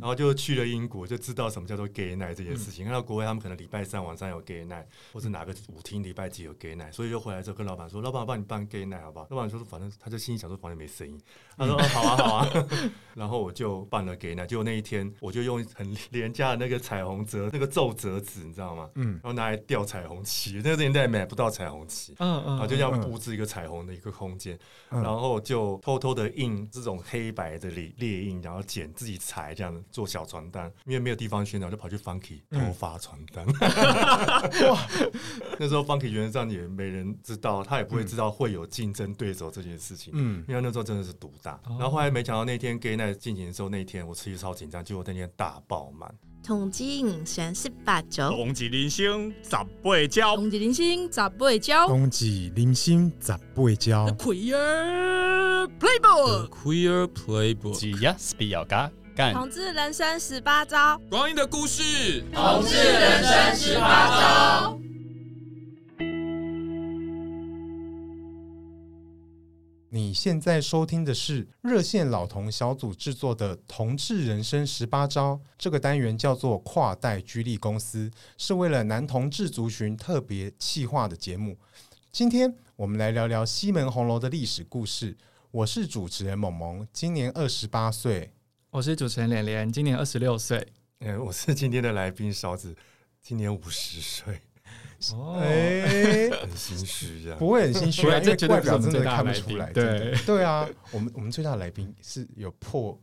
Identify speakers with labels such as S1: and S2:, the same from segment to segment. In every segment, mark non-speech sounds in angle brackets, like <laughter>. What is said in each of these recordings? S1: 然后就去了英国，就知道什么叫做 gay night 这件事情。看到国外他们可能礼拜三晚上有 gay night，或是哪个舞厅礼拜几有 gay night，所以就回来之后跟老板说：“老板，我帮你办 gay night 好不好？”老板说：“反正他就心里想说房间没声音。”他说：“哦，好啊，好啊。”然后我就办了 gay night，结果那一天我就用很廉价的那个彩虹折那个皱折纸，你知道吗？
S2: 嗯
S1: 然后拿来吊彩虹旗，那个年代买不到彩虹旗，
S3: 嗯嗯
S1: 啊，就这
S2: 嗯
S1: 样
S2: 嗯
S1: 布置一个彩虹的一个空间，
S2: 嗯
S1: 然后就偷偷的印这种黑白的列列印，然后剪自己裁这样做小传单，因为没有地方宣传，就跑去 Funky
S2: 嗯
S1: 偷发传单。 <laughs> 那时候 Funky 原则上也没人知道，他也不会知道会有竞争对手这件事情。
S2: 嗯哦
S1: 因为那时候真的是独大，然后后来没想到那天 gay night 进行的时候，那一天我其实超紧张，结果那天大爆满，
S4: 统计人生十八九，
S5: 同一人生十八招，
S6: 同一人生十八
S7: 嗯
S6: 招，
S2: 恭喜零星十八交
S6: The，Queer
S7: 嗯
S6: Playbook，
S8: Queer Playbook，
S5: 只要是比较干干。
S6: 同志人生十八招。
S8: 光阴的故事。
S9: 同志人生十八招。
S2: 你现在收听的是热线老同小组制作的《同志人生十八招》这个单元，叫做“跨代居力公司”，是为了男同志族群特别企划的节目。今天我们来聊聊西门红楼的历史故事。我是主持人萌萌，今年二十八岁。
S3: 我是主持人莲莲，今年二十六岁。
S1: 嗯、我是今天的来宾勺子，今年五十岁，
S3: 哦，
S2: 哎、
S1: 很心虚这样。
S2: 不会很心虚啊，
S3: 不会
S2: 因为
S3: 这绝对
S2: 外
S3: 不是
S2: 表
S3: 我们
S2: 真的
S3: 最大的
S2: 看不
S3: 来
S2: 出
S3: 宾
S2: 来。
S3: 对
S2: 真的啊对啊，我们我们最大的来宾是有破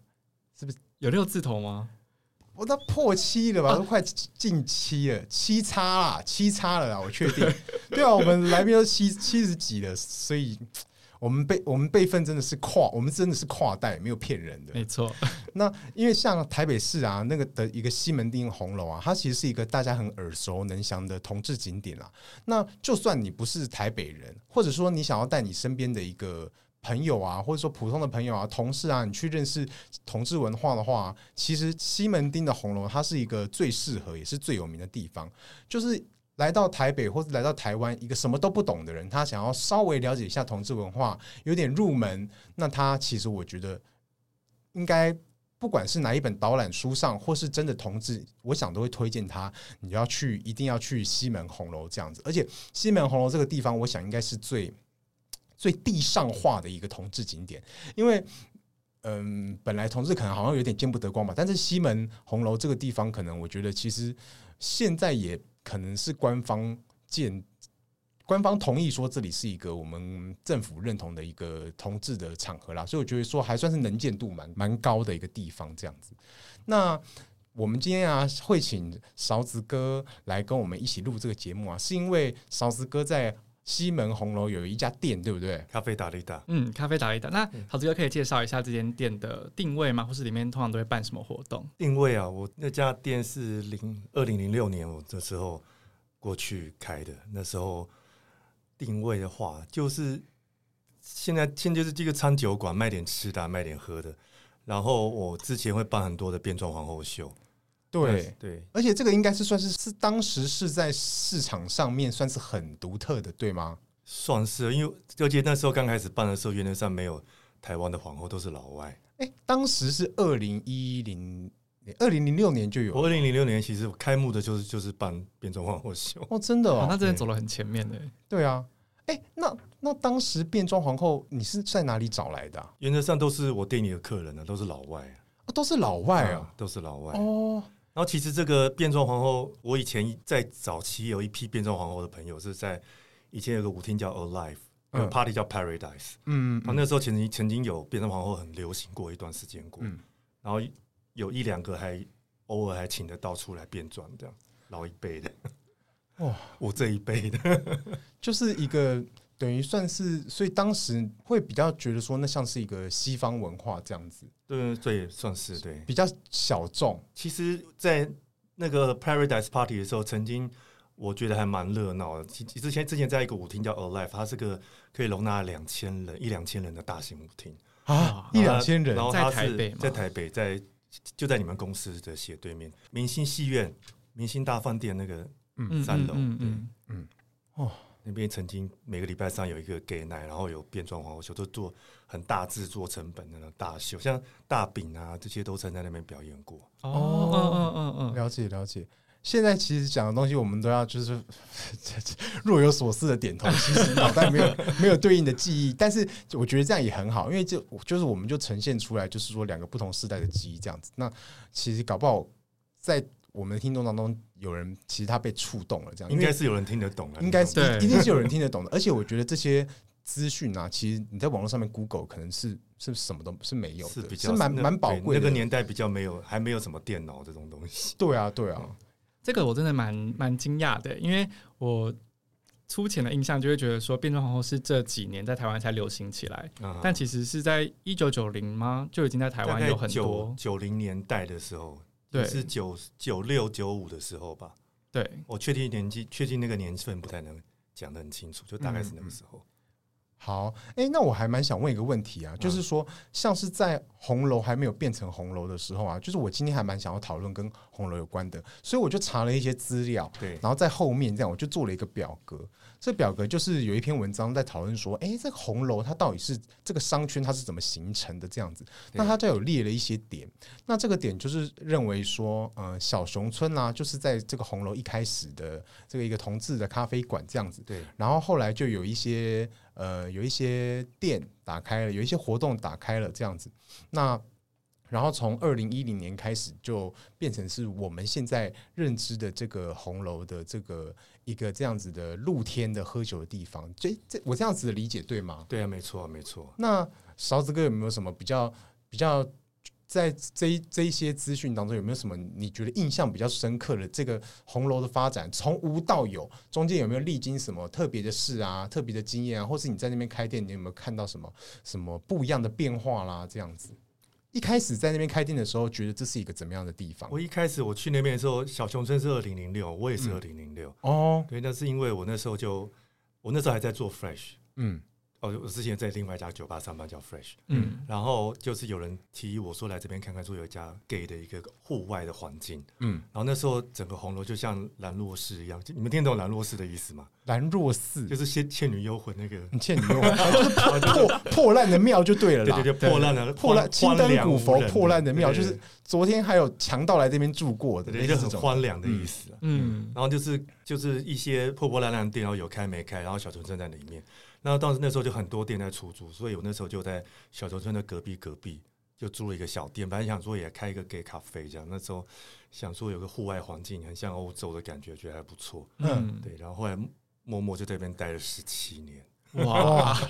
S3: 有六字头吗？
S2: 我都破七了吧，都快近七了，七叉啦，七叉了啦，我确定。对啊，我们来宾都七七十几了，所以我们辈我们辈分真的是跨，我们真的是跨代，没有骗人的。
S3: 没错，
S2: 那因为像台北市啊，那个的一个西门町红楼啊，它其实是一个大家很耳熟能详的同志景点啦。那就算你不是台北人，或者说你想要带你身边的一个朋友啊，或者说普通的朋友啊、同事啊，你去认识同志文化的话，啊其实西门町的红楼它是一个最适合也是最有名的地方，就是。来到台北或者来到台湾，一个什么都不懂的人，他想要稍微了解一下同志文化，有点入门，那他其实我觉得应该不管是哪一本导览书上，或是真的同志，我想都会推荐他。你要去，一定要去西门红楼这样子。而且西门红楼这个地方，我想应该是最最地上化的一个同志景点，因为。嗯，本来同志可能好像有点见不得光吧，但是西门红楼这个地方，可能我觉得其实现在也可能是官方建官方同意说这里是一个我们政府认同的一个同志的场合啦，所以我觉得说还算是能见度蛮蛮高的一个地方这样子。那我们今天啊会请勺子哥来跟我们一起录这个节目啊，是因为勺子哥在西门红楼有一家店，对不对？
S1: 咖啡打了一打，
S3: 嗯，咖啡打一打。那陶子哥可以介绍一下这间店的定位吗？或是里面通常都会办什么活动？
S1: 定位啊，我那家店是零二零零六年我这时候过去开的，那时候定位的话，就是现在现在就是这个餐酒馆，卖点吃的啊、卖点喝的。然后我之前会办很多的变装皇后秀，
S2: 对。
S1: 对，
S2: 而且这个应该是算是是当时是在市场上面算是很独特的，对吗？
S1: 算是因为而且那时候刚开始办的时候，原则上没有台湾的皇后，都是老外。
S2: 哎，当时是二零一零二零零六年就有
S1: 我二零零六年其实开幕的就是就是办变装皇后秀，
S2: 哦，真的哦，
S3: 哇，那真的
S1: 对
S3: 走了很前面的。
S2: 对啊，哎，那那当时变装皇后你是在哪里找来的啊、
S1: 原则上都是我店里的客人呢、都是老外啊，
S2: 哦都是老外啊。
S1: 都是老外。
S2: 哦，
S1: 然后其实这个变装皇后，我以前在早期有一批变装皇后的朋友是在以前有个舞厅叫 Alive，有个
S2: 嗯
S1: party 叫 Paradise，
S2: 嗯，
S1: 然后那时候曾经曾经有变装皇后很流行过一段时间过，
S2: 嗯
S1: 然后有一两个还偶尔还请得到出来变装这样，老一辈的，
S2: 哇，
S1: 我这一辈的，
S2: 就是一个等于算是，所以当时会比较觉得说，那像是一个西方文化这样子，
S1: 对，这也算是对。
S2: 比较小众。
S1: 其实，在那个 Paradise Party 的时候，曾经我觉得还蛮热闹的。其其之前之前在一个舞厅叫 Alive，它是个可以容纳两千人一两千人的大型舞厅
S2: 啊一两千人
S1: 然后它
S3: 在台北
S1: 是
S3: 吗
S1: 在台北，在就在你们公司的斜对面，明星戏院、明星大饭店那个
S3: 嗯
S1: 三楼
S3: 嗯嗯嗯，
S2: 哦，
S1: 那边曾经每个礼拜三有一个 gay night，然后有变装皇后秀，都做很大制作成本的那种大秀，像大饼啊这些都曾在那边表演过。
S3: 哦，嗯嗯嗯嗯，
S2: 了解了解。现在其实讲的东西，我们都要就是 <laughs> 若有所思的点头，其实脑袋没有没有对应的记忆，但是我觉得这样也很好，因为就就是我们就呈现出来，就是说两个不同时代的记忆这样子。那其实搞不好在我们的听众当中，有人其实他被触动了，这样
S1: 应
S2: 因为
S1: 该是有人听得懂的，啊
S2: 应该是
S3: 对
S2: 一一定是有人听得懂的，而且我觉得这些。资讯啊，其实你在网络上面 Google 可能是是什么都是没有的，
S1: 是
S2: 是
S1: 比较
S2: 蛮
S1: 那
S2: 蛮宝
S1: 对
S2: 贵的。
S1: 那个年代比较没有，还没有什么电脑这种东西。
S2: 对啊对啊，
S3: 这个我真的蛮蛮惊讶的，因为我粗浅的印象就会觉得说变装皇后是这几年在台湾才流行起来，
S1: 啊
S3: 但其实是在一九九零吗就已经在嗯台湾有很多
S1: 九零年代的时候，
S3: 对
S1: 是九九六九五的时候吧。
S3: 对
S1: 我确定年纪，确定那个年份不太能讲得很清楚，就大概是那个时候。
S2: 好，哎、那我还蛮想问一个问题啊，就是说，像是在红楼还没有变成红楼的时候啊，就是我今天还蛮想要讨论跟红楼有关的，所以我就查了一些资料，
S3: 嗯
S1: 对，
S2: 然后在后面这样我就做了一个表格。这表格就是有一篇文章在讨论说，哎，这个红楼它到底是这个商圈它是怎么形成的这样子？
S1: 对
S2: 那它就有列了一些点，那这个点就是认为说，呃，小熊村啊，就是在这个红楼一开始的这个一个同志的咖啡馆这样子。
S1: 对，
S2: 然后后来就有一些呃有一些店打开了，有一些活动打开了这样子。那然后从二零一零年开始，就变成是我们现在认知的这个红楼的这个一个这样子的露天的喝酒的地方。这这我这样子的理解对吗？
S1: 对啊，没错啊，没错。
S2: 那勺子哥有没有什么比较比较在这一这一些资讯当中有没有什么你觉得印象比较深刻的这个红楼的发展，从无到有，中间有没有历经什么特别的事啊、特别的经验啊，或是你在那边开店，你有没有看到什么什么不一样的变化啦？这样子，一开始在那边开店的时候，觉得这是一个怎么样的地方
S1: 我？一开始我去那边的时候，小熊村是二零零六，我
S3: 嗯
S1: 也是二零零六。
S2: 哦，
S1: 对，那是因为我那时候就，我那时候还在做 Fresh，
S2: 嗯，
S1: 哦，我之前在另外一家酒吧上班叫 Fresh，
S3: 嗯
S1: 然后就是有人提议我说来这边看看，说有一家 gay 的一个户外的环境，
S2: 嗯
S1: 嗯，然后那时候整个红楼就像兰若寺一样，就你们听得懂兰若寺的意思吗？
S2: 兰若寺
S1: 就。是《仙倩女幽魂》那个，
S2: 你欠你用， <laughs> 就是破破烂的庙就对了
S1: 对
S2: 啦。
S1: 对对，破烂的
S2: 破烂青
S1: 荒
S2: 灯
S1: 凉
S2: 古
S1: 无
S2: 佛
S1: 人
S2: 破烂的庙，
S1: 对
S2: 就
S1: 对
S2: 是昨天还有强盗来这边住过的，
S1: 对
S2: 类
S1: 对，
S2: 似
S1: 就很
S2: 这种
S1: 荒凉的意思啊。
S3: 嗯
S1: 然后就是就是一些破破烂烂的店，然后有开没开，然后小城村在里面。那当时那时候就很多店在出租，所以我那时候就在小城村的隔壁隔壁就租了一个小店，本来想说也开一个 gay 咖啡这样。那时候想说有个户外环境，很像欧洲的感觉，觉得还不错。
S3: 嗯，
S1: 对，然后后来默默就在那边待了十七年。
S3: 哇，
S2: 哇，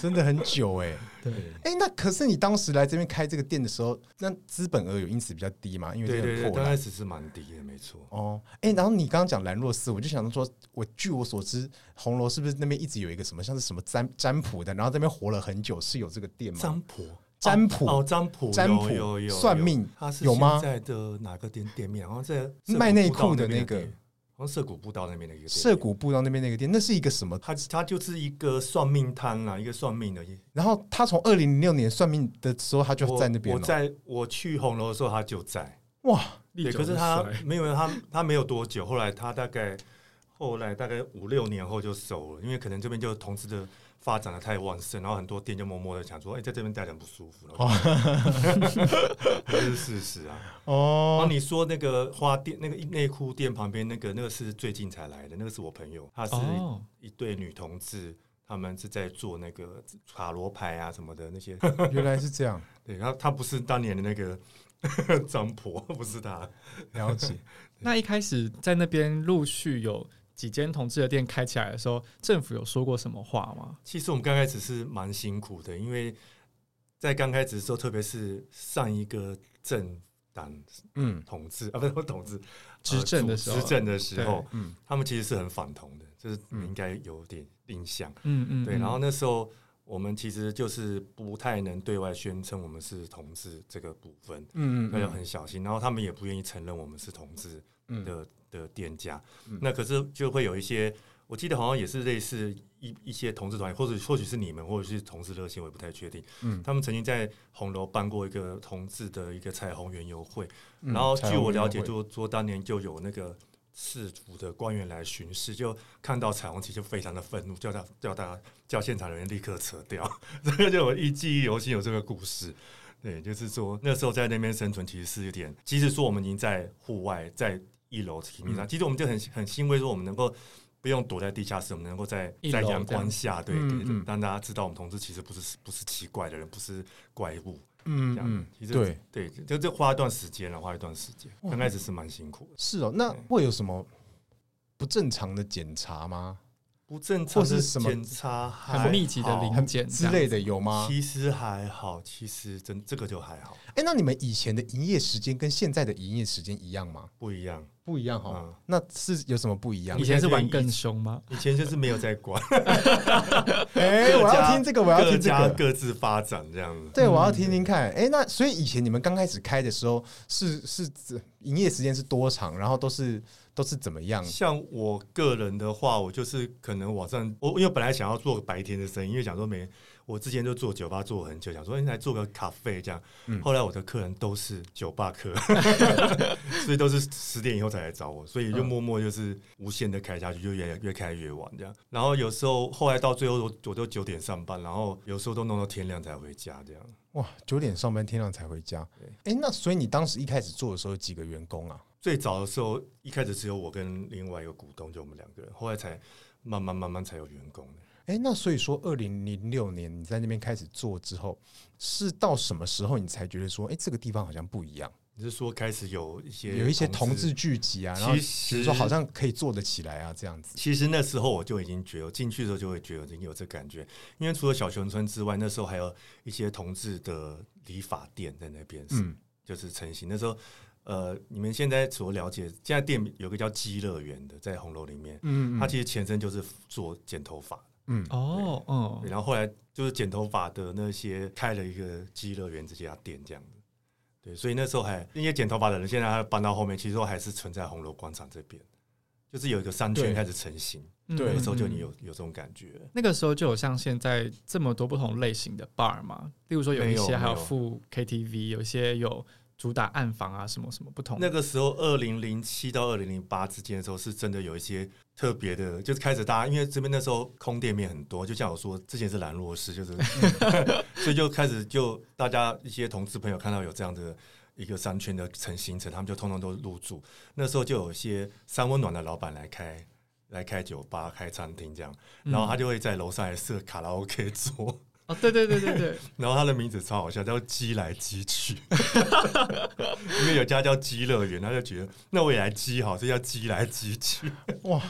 S2: 真的很久
S1: 欸
S2: <laughs> 哎、
S3: 对，
S2: 哎、那可是你当时来这边开这个店的时候，那资本额有因此比较低嘛？因为
S1: 对
S2: 这
S1: 对
S2: 个
S1: 对，
S2: 破
S1: 刚
S2: 烂
S1: 开。始是蛮低的，没错。
S2: 哦，哎、然后你刚刚讲兰若寺，我就想到说，我据我所知，红楼是不是那边一直有一个什么像是什么占占卜的，然后在那边活了很久，是有这个店吗？
S1: 占卜，
S2: 占卜
S1: 哦，占卜，
S2: 占卜
S1: 有有有
S2: 算命
S1: 他是
S2: 有吗
S1: 现在的哪个店店面？好像在
S2: 卖内裤的
S1: 的
S2: 那个
S1: 好像涩谷步道那边的一个店
S2: 涩
S1: 面。
S2: 谷步道那边那个店，那是一个什么？
S1: 他他就是一个算命摊啊啦，一个算命的。
S2: 然后他从二零零六年算命的时候，他就
S1: 我
S2: 在那边哦
S1: 我
S2: 了
S1: 在我去红楼的时候，他就在。
S2: 哇，
S3: 历
S1: 对，
S3: 久
S1: 可是
S3: 不
S1: 他
S3: 衰
S1: 没有他他没有多久，后来他大概后来大概五六年后就收了，因为可能这边就同志的发展的太旺盛，然后很多店就默默的想说，哎、在这边待着很不舒服，然后就这是事实啊。
S2: 哦
S1: 然后你说那个花店、那个内裤店旁边那个，那个是最近才来的，那个是我朋友，她是
S3: 哦
S1: 一对女同志，她们是在做那个塔罗牌啊什么的那些。
S2: 原来是这样，
S1: 对，然后她不是当年的那个 <laughs> 张婆，不是她。
S2: 了解。
S3: 那一开始在那边陆续有几间同志的店开起来的时候，政府有说过什么话吗？
S1: 其实我们刚开始是蛮辛苦的，因为在刚开始的时候，特别是上一个政党
S2: 嗯，
S1: 统治啊，不是统治
S3: 执
S1: 呃
S3: 政的
S1: 主
S3: 时候
S1: 执政的时候
S3: 对，
S2: 嗯
S1: 嗯，他们其实是很反同的，就是你应该有点印象。
S3: 嗯嗯，
S1: 对，
S3: 嗯
S1: 然后那时候我们其实就是不太能对外宣称我们是同志这个部分， <laughs>
S2: 嗯
S1: 要很小心。然后他们也不愿意承认我们是同志
S2: 嗯
S1: 的的店家。那可是就会有一些，我记得好像也是类似一一些同志团体，或者或许是你们，或者是同志热线，我也不太确定。
S2: 嗯
S1: 他们曾经在红楼办过一个
S2: 嗯
S3: 嗯
S1: 同志的一个彩虹园游会，然后据我了解，就说当年就有那个市府的官员来巡视，就看到彩虹旗就非常的愤怒，叫他叫大家叫现场人员立刻扯掉。 <laughs> 这个就我一记忆犹新，有这个故事。对，就是说那时候在那边生存，其实是有点，即使说我们已经在户外，在一楼平
S3: 嗯
S1: 面上，其实我们就很很欣慰，说我们能够不用躲在地下室，我们能够在
S3: 一楼
S1: 在
S3: 这样
S1: 阳光下，对，
S2: 嗯
S1: 给
S2: 嗯
S1: 让大家知道我们同志其实不是不是奇怪的人，不是怪物。这
S2: 嗯
S1: 样，
S2: 嗯
S1: 其，实
S2: 对，
S1: 对，就就花一段时间了，花一段时间，
S2: 哇
S1: 刚开始是蛮辛苦的，
S2: 是哦。那会有什么不正常的检查吗？
S1: 不正常
S2: 或是
S1: 的
S2: 什么
S1: 检查还
S3: 很密集的
S1: 好
S3: 零检
S2: 之类的有吗？
S1: 其实还好，其实真这个就还好，
S2: 哎、那你们以前的营业时间跟现在的营业时间一样吗？
S1: 不一样。
S2: 不一样哈、
S1: 嗯
S2: 那是有什么不一样
S3: 以？前是玩更凶吗？
S1: 以前就是没有在管，
S2: <laughs> 哎、
S1: 各
S2: 我要
S1: 家
S2: 听这个，我要
S1: 各
S2: 听这
S1: 家嗯
S2: 个。
S1: 各自发展这样子。
S2: 对，我要听听看。哎、那所以以前你们刚开始开的时候是是是营业时间是多长？然后都是都是怎么样？
S1: 像我个人的话，我就是可能晚上，我因为本来想要做个白天的生意，因为想说没，我之前就做酒吧做很久，想说哎来做个咖啡这样。后来我的客人都是酒吧客，所以都是十点以后才来找我，所以就默默就是无限的开下去，就越越开越晚这样。然后有时候后来到最后，我我都九点上班，然后有时候都弄到天亮才回家这样。
S2: 哇，九点上班，天亮才回家。哎、那所以你当时一开始做的时候有几个员工啊？
S1: 最早的时候，一开始只有我跟另外一个股东，就我们两个人，后来才慢慢慢慢才有员工的。
S2: 哎、那所以说，二零零六年你在那边开始做之后，是到什么时候你才觉得说，哎、这个地方好像不一样？
S1: 你是说开始有一些
S2: 有一些同志？聚集啊，然后
S1: 其
S2: 觉得
S1: 实
S2: 说好像可以做得起来啊，这样子。
S1: 其实那时候我就已经觉得，进去的时候就会觉得已经有这感觉，因为除了小熊村之外，那时候还有一些同志的理发店在那边，嗯，
S2: 嗯，
S1: 就是成型。那时候，呃，你们现在所了解，现在店有个叫鸡乐园的，在红楼里面，
S2: 嗯
S1: 它其实前身就是做剪头发的
S2: 嗯
S3: 哦，
S1: 对
S3: 嗯，
S1: 然后后来就是剪头发的那些开了一个鸡乐园这家店这样子。对，所以那时候还那些剪头发的人，现在他搬到后面，其实都还是存在红楼广场这边，就是有一个商
S2: 对
S1: 圈开始成型，
S3: 嗯
S2: 对
S1: 那时候就你。
S3: 嗯
S1: 有有这种感觉。
S3: 那个时候就有像现在这么多不同类型的 bar 嘛，例如说有一
S1: 没
S3: 些
S1: 有
S3: 还有
S1: 没有
S3: 附 KTV，有一些有主打暗房啊，什么什么不同的。
S1: 那个时候，二零零七到二零零八之间的时候，是真的有一些特别的，就是开始大家因为这边那时候空店面很多，就像我说之前是兰若市，就是所以就开始就大家一些同志朋友看到有这样的一个商圈的成形成，他们就通通都入住。那时候就有一些三温暖的老板来开。来开酒吧、开餐厅这样，然后他就会在楼上来设卡拉 OK 桌，
S3: 哦，对对对
S1: <laughs>
S3: 对对，
S1: 然后他的名字超好笑，叫“鸡来鸡去”，因为有家叫“鸡乐园”，他就觉得那我也来鸡好，这叫“鸡来鸡去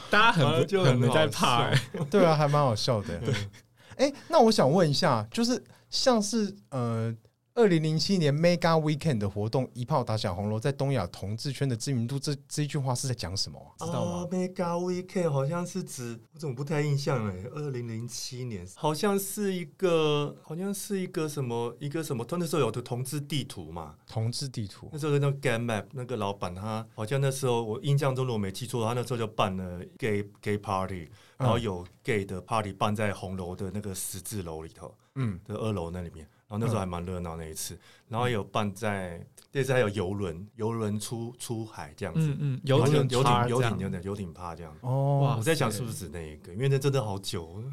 S3: 大家很
S1: 反
S3: 不
S1: 正就
S3: 很
S1: 很
S3: 没在
S1: 好
S3: 怕、
S1: 笑 <laughs>
S3: 欸，
S2: 对啊，还蛮好笑的。 <laughs> 哎、那我想问一下，就是像是呃，二零零七年 Mega Weekend 的活动一炮打响红楼，在东亚同志圈的知名度，这这一句话是在讲什么啊、”，
S1: 知道吗、m e g a Weekend 好像是指我怎么不太印象哎，二零零七年好像是一个好像是一个什么一个什么，那时候有的同志地图嘛，
S2: 同志地图
S1: 那时候那个 Game Map 那个老板他好像那时候我印象中如果没记错，他那时候就办了 Gay Gay Party，然后有 Gay 的 Party 办在红楼的那个十字楼里头，
S2: 嗯，
S1: 的二楼那里面。然后那时候
S3: 嗯
S1: 还蛮热闹那一次，然后有办在这次还有游轮，游轮出出海这样子，
S3: 嗯嗯，游
S1: 好像
S3: 艇
S1: 游
S3: 趴
S1: 艇游
S3: 这
S1: 艇
S3: 样
S1: 游艇游艇趴这样。
S2: 哦，
S3: 哇
S1: 我在想是不是指那一个，因为那真的好
S3: <laughs>
S1: 久。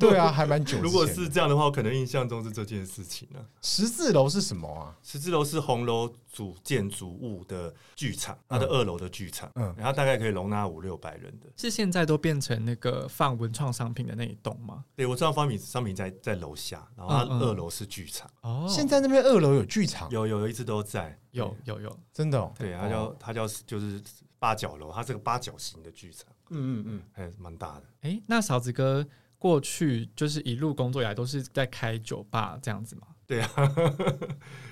S2: 对啊，还蛮久之前
S1: <laughs>
S2: 的。
S1: 如果是这样的话，我可能印象中是这件事情啊。
S2: 十字楼是什么啊？
S1: 十字楼是红楼主建筑物的剧场，它的二楼的剧场，
S2: 嗯
S1: 嗯，然后大概可以容纳五六百人的。
S3: 是现在都变成那个放文创商品的那一栋吗？
S1: 对，我知道方米商品在在楼下，然后它
S3: 嗯嗯嗯
S1: 二楼是剧场，
S3: 哦，
S2: 现在那边二楼有剧场，
S1: 有有有一直都在。
S3: 有有有，
S2: 真的、哦。
S1: 对，它叫它叫就是八角楼，它是个八角形的剧场，
S2: 嗯嗯嗯。
S1: 还蛮大的。
S3: 哎、那嫂子哥过去就是一路工作以来都是在开酒吧这样子吗？
S1: 对啊， <laughs>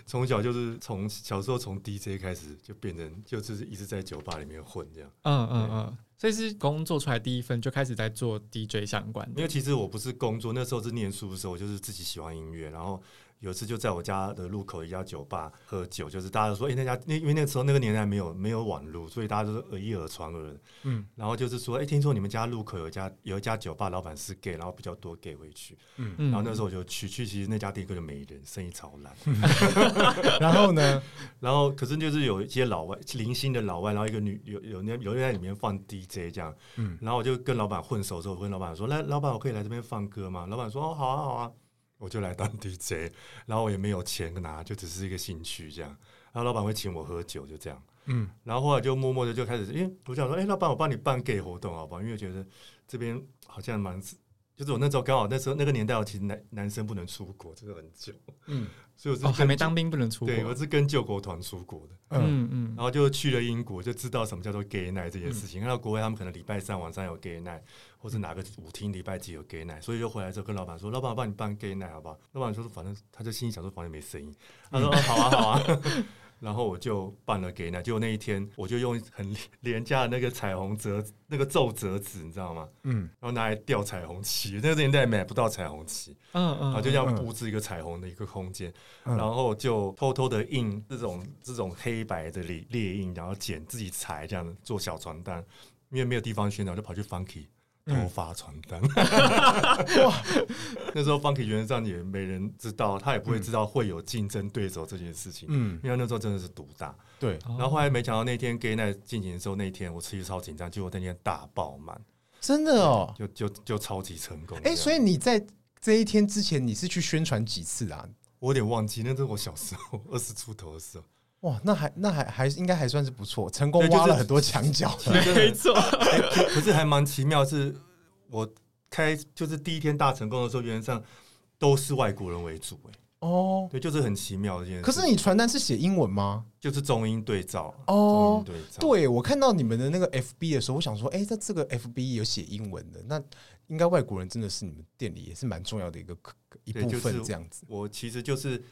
S1: 从小就是从小时候从 DJ 开始就变成就是一直在酒吧里面混这样。
S3: 嗯嗯嗯，所以是工作出来第一份就开始在做 DJ 相关
S1: 因
S3: 的
S1: 为其实我不是工作，那时候是念书的时候，我就是自己喜欢音乐，然后有一次就在我家的路口一家酒吧喝酒，就是大家都说，哎、那家那因为那个时候那个年代没有没有网路，所以大家都是耳一耳传耳。
S2: 嗯，
S1: 然后就是说，哎、听说你们家路口有一家有一家酒吧，老板是 gay，然后比较多 gay 回去。
S3: 嗯
S1: 然后那时候我就去去，其实那家店根本没人，生意超烂。
S2: 然
S1: <laughs>
S2: 后呢，
S1: 然后可是就是有一些老外零星的老外，然后一个女有有那有人在里面放 DJ 这样，
S2: 嗯
S1: 然后我就跟老板混熟之后，我跟老板说：“来，老板，我可以来这边放歌吗？”老板说：“哦，好啊，好啊。”我就来当 DJ，然后我也没有钱拿，就只是一个兴趣这样。然后老板会请我喝酒，就这样。
S2: 嗯，
S1: 然后后来就默默的就开始，因为我想说，哎、老板，我帮你办 gay 活动好不好？因为我觉得这边好像蛮，就是我那时候刚好那时候那个年代，我其实男男生不能出国，这个很久，
S2: 嗯，
S1: 所以我是
S3: 哦，还没
S1: 跟
S3: 当兵不能出国。
S1: 对，我是跟救国团出国的，
S2: 嗯
S3: 嗯嗯
S1: 然，后就去了英国，就知道什么叫做 gay night 这件事情。看到国外他们可能礼拜三晚上有 gay night，或者哪个舞厅礼拜几有 gay night，所以就回来之后跟老板说：“老板，我帮你办 gay night 好不好？”老板说：“反正他就心里想说，房间没声音。”他说：“哦好啊，好啊。”然后我就办了 gay night，结果那一天我就用很廉价的那个彩虹折那个皱折纸，你知道吗？
S2: 嗯，
S1: 然后拿来吊彩虹旗，那个年代买不到彩虹旗，
S3: 嗯嗯，
S1: 然后就这样
S2: 嗯
S1: 布置一个彩虹的一个空间，
S2: 嗯
S1: 然后就偷偷的印这种这种黑白的列列印，然后剪自己裁这样子做小传单，因为没有地方宣传，我就跑去 Funky。偷
S2: 嗯
S1: 发传单，
S2: <laughs>
S1: <laughs> 那时候 Funky 原则上也没人知道，他也不会知道会有竞争对手这件事情，
S2: 嗯
S1: 因为那时候真的是独大。
S2: 对，
S3: 哦
S1: 然后后来没想到那天 Gay Night 进行的时候，那天我其实超紧张，结果那天大爆满，
S2: 真的哦。
S1: 就就就超级成功。
S2: 哎、所以你在这一天之前，你是去宣传几次啊？
S1: 我有点忘记，那是我小时候 <laughs> 二十出头的时候，
S2: 哇，那还那还还应该还算是不错，成功
S1: 对就是
S2: 挖了很多墙
S1: <laughs>
S2: 角。
S3: <laughs> 没错，
S1: 哎可是还蛮奇妙，是我开就是第一天大成功的时候，原则上都是外国人为主、哎，
S2: 哦，
S1: 对，就是很奇妙的一件事。
S2: 可是你传单是写英文吗？
S1: 就是中英对照
S2: 哦
S1: 中英对照，
S2: 对，我看到你们的那个 FB 的时候，我想说，哎、那这个 FB 有写英文的，那应该外国人真的是你们店里也是蛮重要的一个一
S1: 对
S2: 部分
S1: 就是
S2: 这样子。
S1: 我其实就是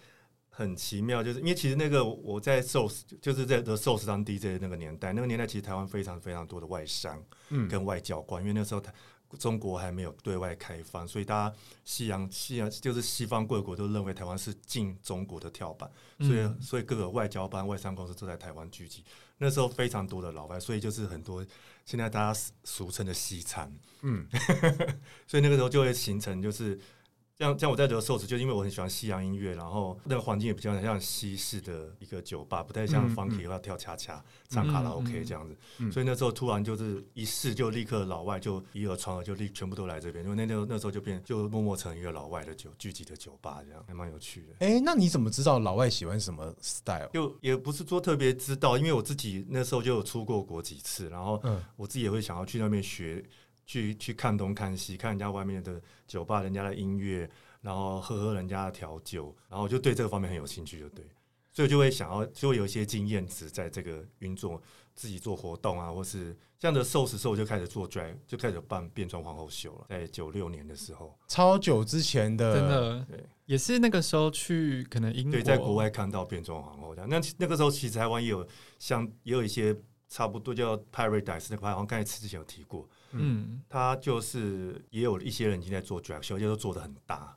S1: 很奇妙，就是因为其实那个我在 SOS 就是在 The SOS 当 DJ 的那个年代，那个年代其实台湾非常非常多的外商
S2: 嗯
S1: 跟外交官，因为那时候台中国还没有对外开放，所以大家西洋西洋就是西方各国都认为台湾是进中国的跳板，所以、
S3: 嗯
S1: 所以各个外交班、外商公司都在台湾聚集。那时候非常多的老外，所以就是很多现在大家俗称的西餐，
S2: 嗯，
S1: <laughs> 所以那个时候就会形成就是。像像我在德寿司，就因为我很喜欢西洋音乐，然后那个环境也比较像西式的一个酒吧，不太像
S3: 嗯
S1: funky 要跳恰恰、唱卡拉 OK 这样子。
S2: 嗯
S1: 所以那时候突然就是一试就立刻老外就以耳传耳，就立全部都来这边，因为那那那时候就变就默默成一个老外的酒聚集的酒吧，这样还蛮有趣的。
S2: 哎、那你怎么知道老外喜欢什么 style？
S1: 就也不是说特别知道，因为我自己那时候就有出过国几次，然后
S2: 嗯
S1: 我自己也会想要去那边学，去去看东看西，看人家外面的酒吧、人家的音乐，然后喝喝人家的调酒，然后我就对这个方面很有兴趣，就对，所以就会想要就会有一些经验值在这个运作，自己做活动啊，或是这样的瘦死时候，我就开始做 drag，就开始办变装皇后秀了，在九六年的时候，
S2: 超久之前的，
S3: 真的
S1: 对
S3: 也是那个时候去可能英国，
S1: 对，在国外看到变装皇后这样。那其那个时候其实台湾也有像也有一些差不多叫 Paradise 那个排行，刚才之前有提过，
S3: 嗯，
S1: 他就是也有一些人已经在做 drag show，就是做的很大。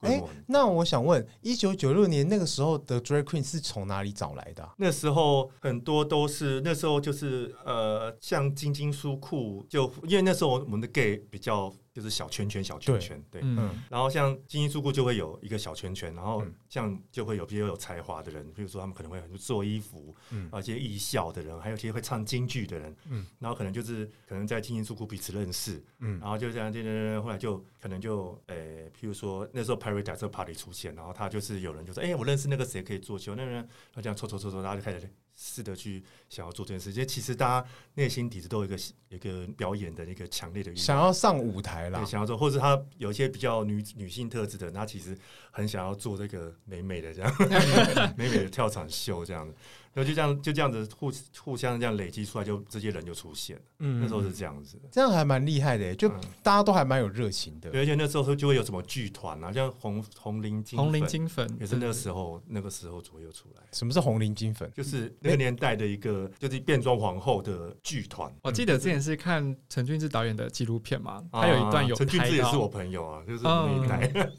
S2: 哎、
S1: 规模很大
S2: 那我想问，一九九六年那个时候的 drag queen 是从哪里找来的啊、
S1: 那时候很多都是那时候就是呃，像晶晶书库，就因为那时候我们的 gay 比较就是小圈圈小圈圈，对。
S3: 嗯
S2: 嗯
S3: 嗯
S1: 然后像晶晶书库就会有一个小圈圈，然后
S2: 嗯
S1: 像就会有比较有才华的人，比如说他们可能会很做衣服，
S2: 嗯
S1: 而且艺校的人，还有一些会唱京剧的人，
S2: 嗯
S1: 然后可能就是可能在晶晶书库彼此认识，
S2: 嗯
S1: 然后就这样，这样这样这样后来就可能就呃，譬如说那时候 Paradise 这个 party 出现，然后他就是有人就说，哎、我认识那个谁可以做秀，那个人他这样抽抽抽抽，大家就开始试着去想要做这件事情。其实大家内心底子都有一个有一个表演的一个强烈的欲
S2: 想
S1: 望。
S2: 要上舞台啦
S1: 对，，想要做，或者他有一些比较女女性特质的人，他其实很想要做这个美美的这样美美的跳场秀这样子，然后就这样就这样子互互相这样累积出来，就这些人就出现了。
S2: 嗯
S1: 那时候是这样子的。
S2: 这样还蛮厉害的耶，就
S1: 嗯
S2: 大家都还蛮有热情的。
S1: 对，而且那时候就会有什么剧团啊，像红红林金
S3: 红
S1: 粉
S3: 绫金粉
S1: 也是那个时
S3: 候，
S1: 候那个时候左右出来，
S2: 什么是红绫金粉？
S1: 就是那个年代的一个就是变装皇后的剧团。
S3: 我记得之前是看陈俊志导演的纪录片嘛，他
S1: 啊
S3: 有一段有
S1: 陈俊
S3: 拍
S1: 志也是我
S3: 到，
S1: 朋友啊，就是那一代，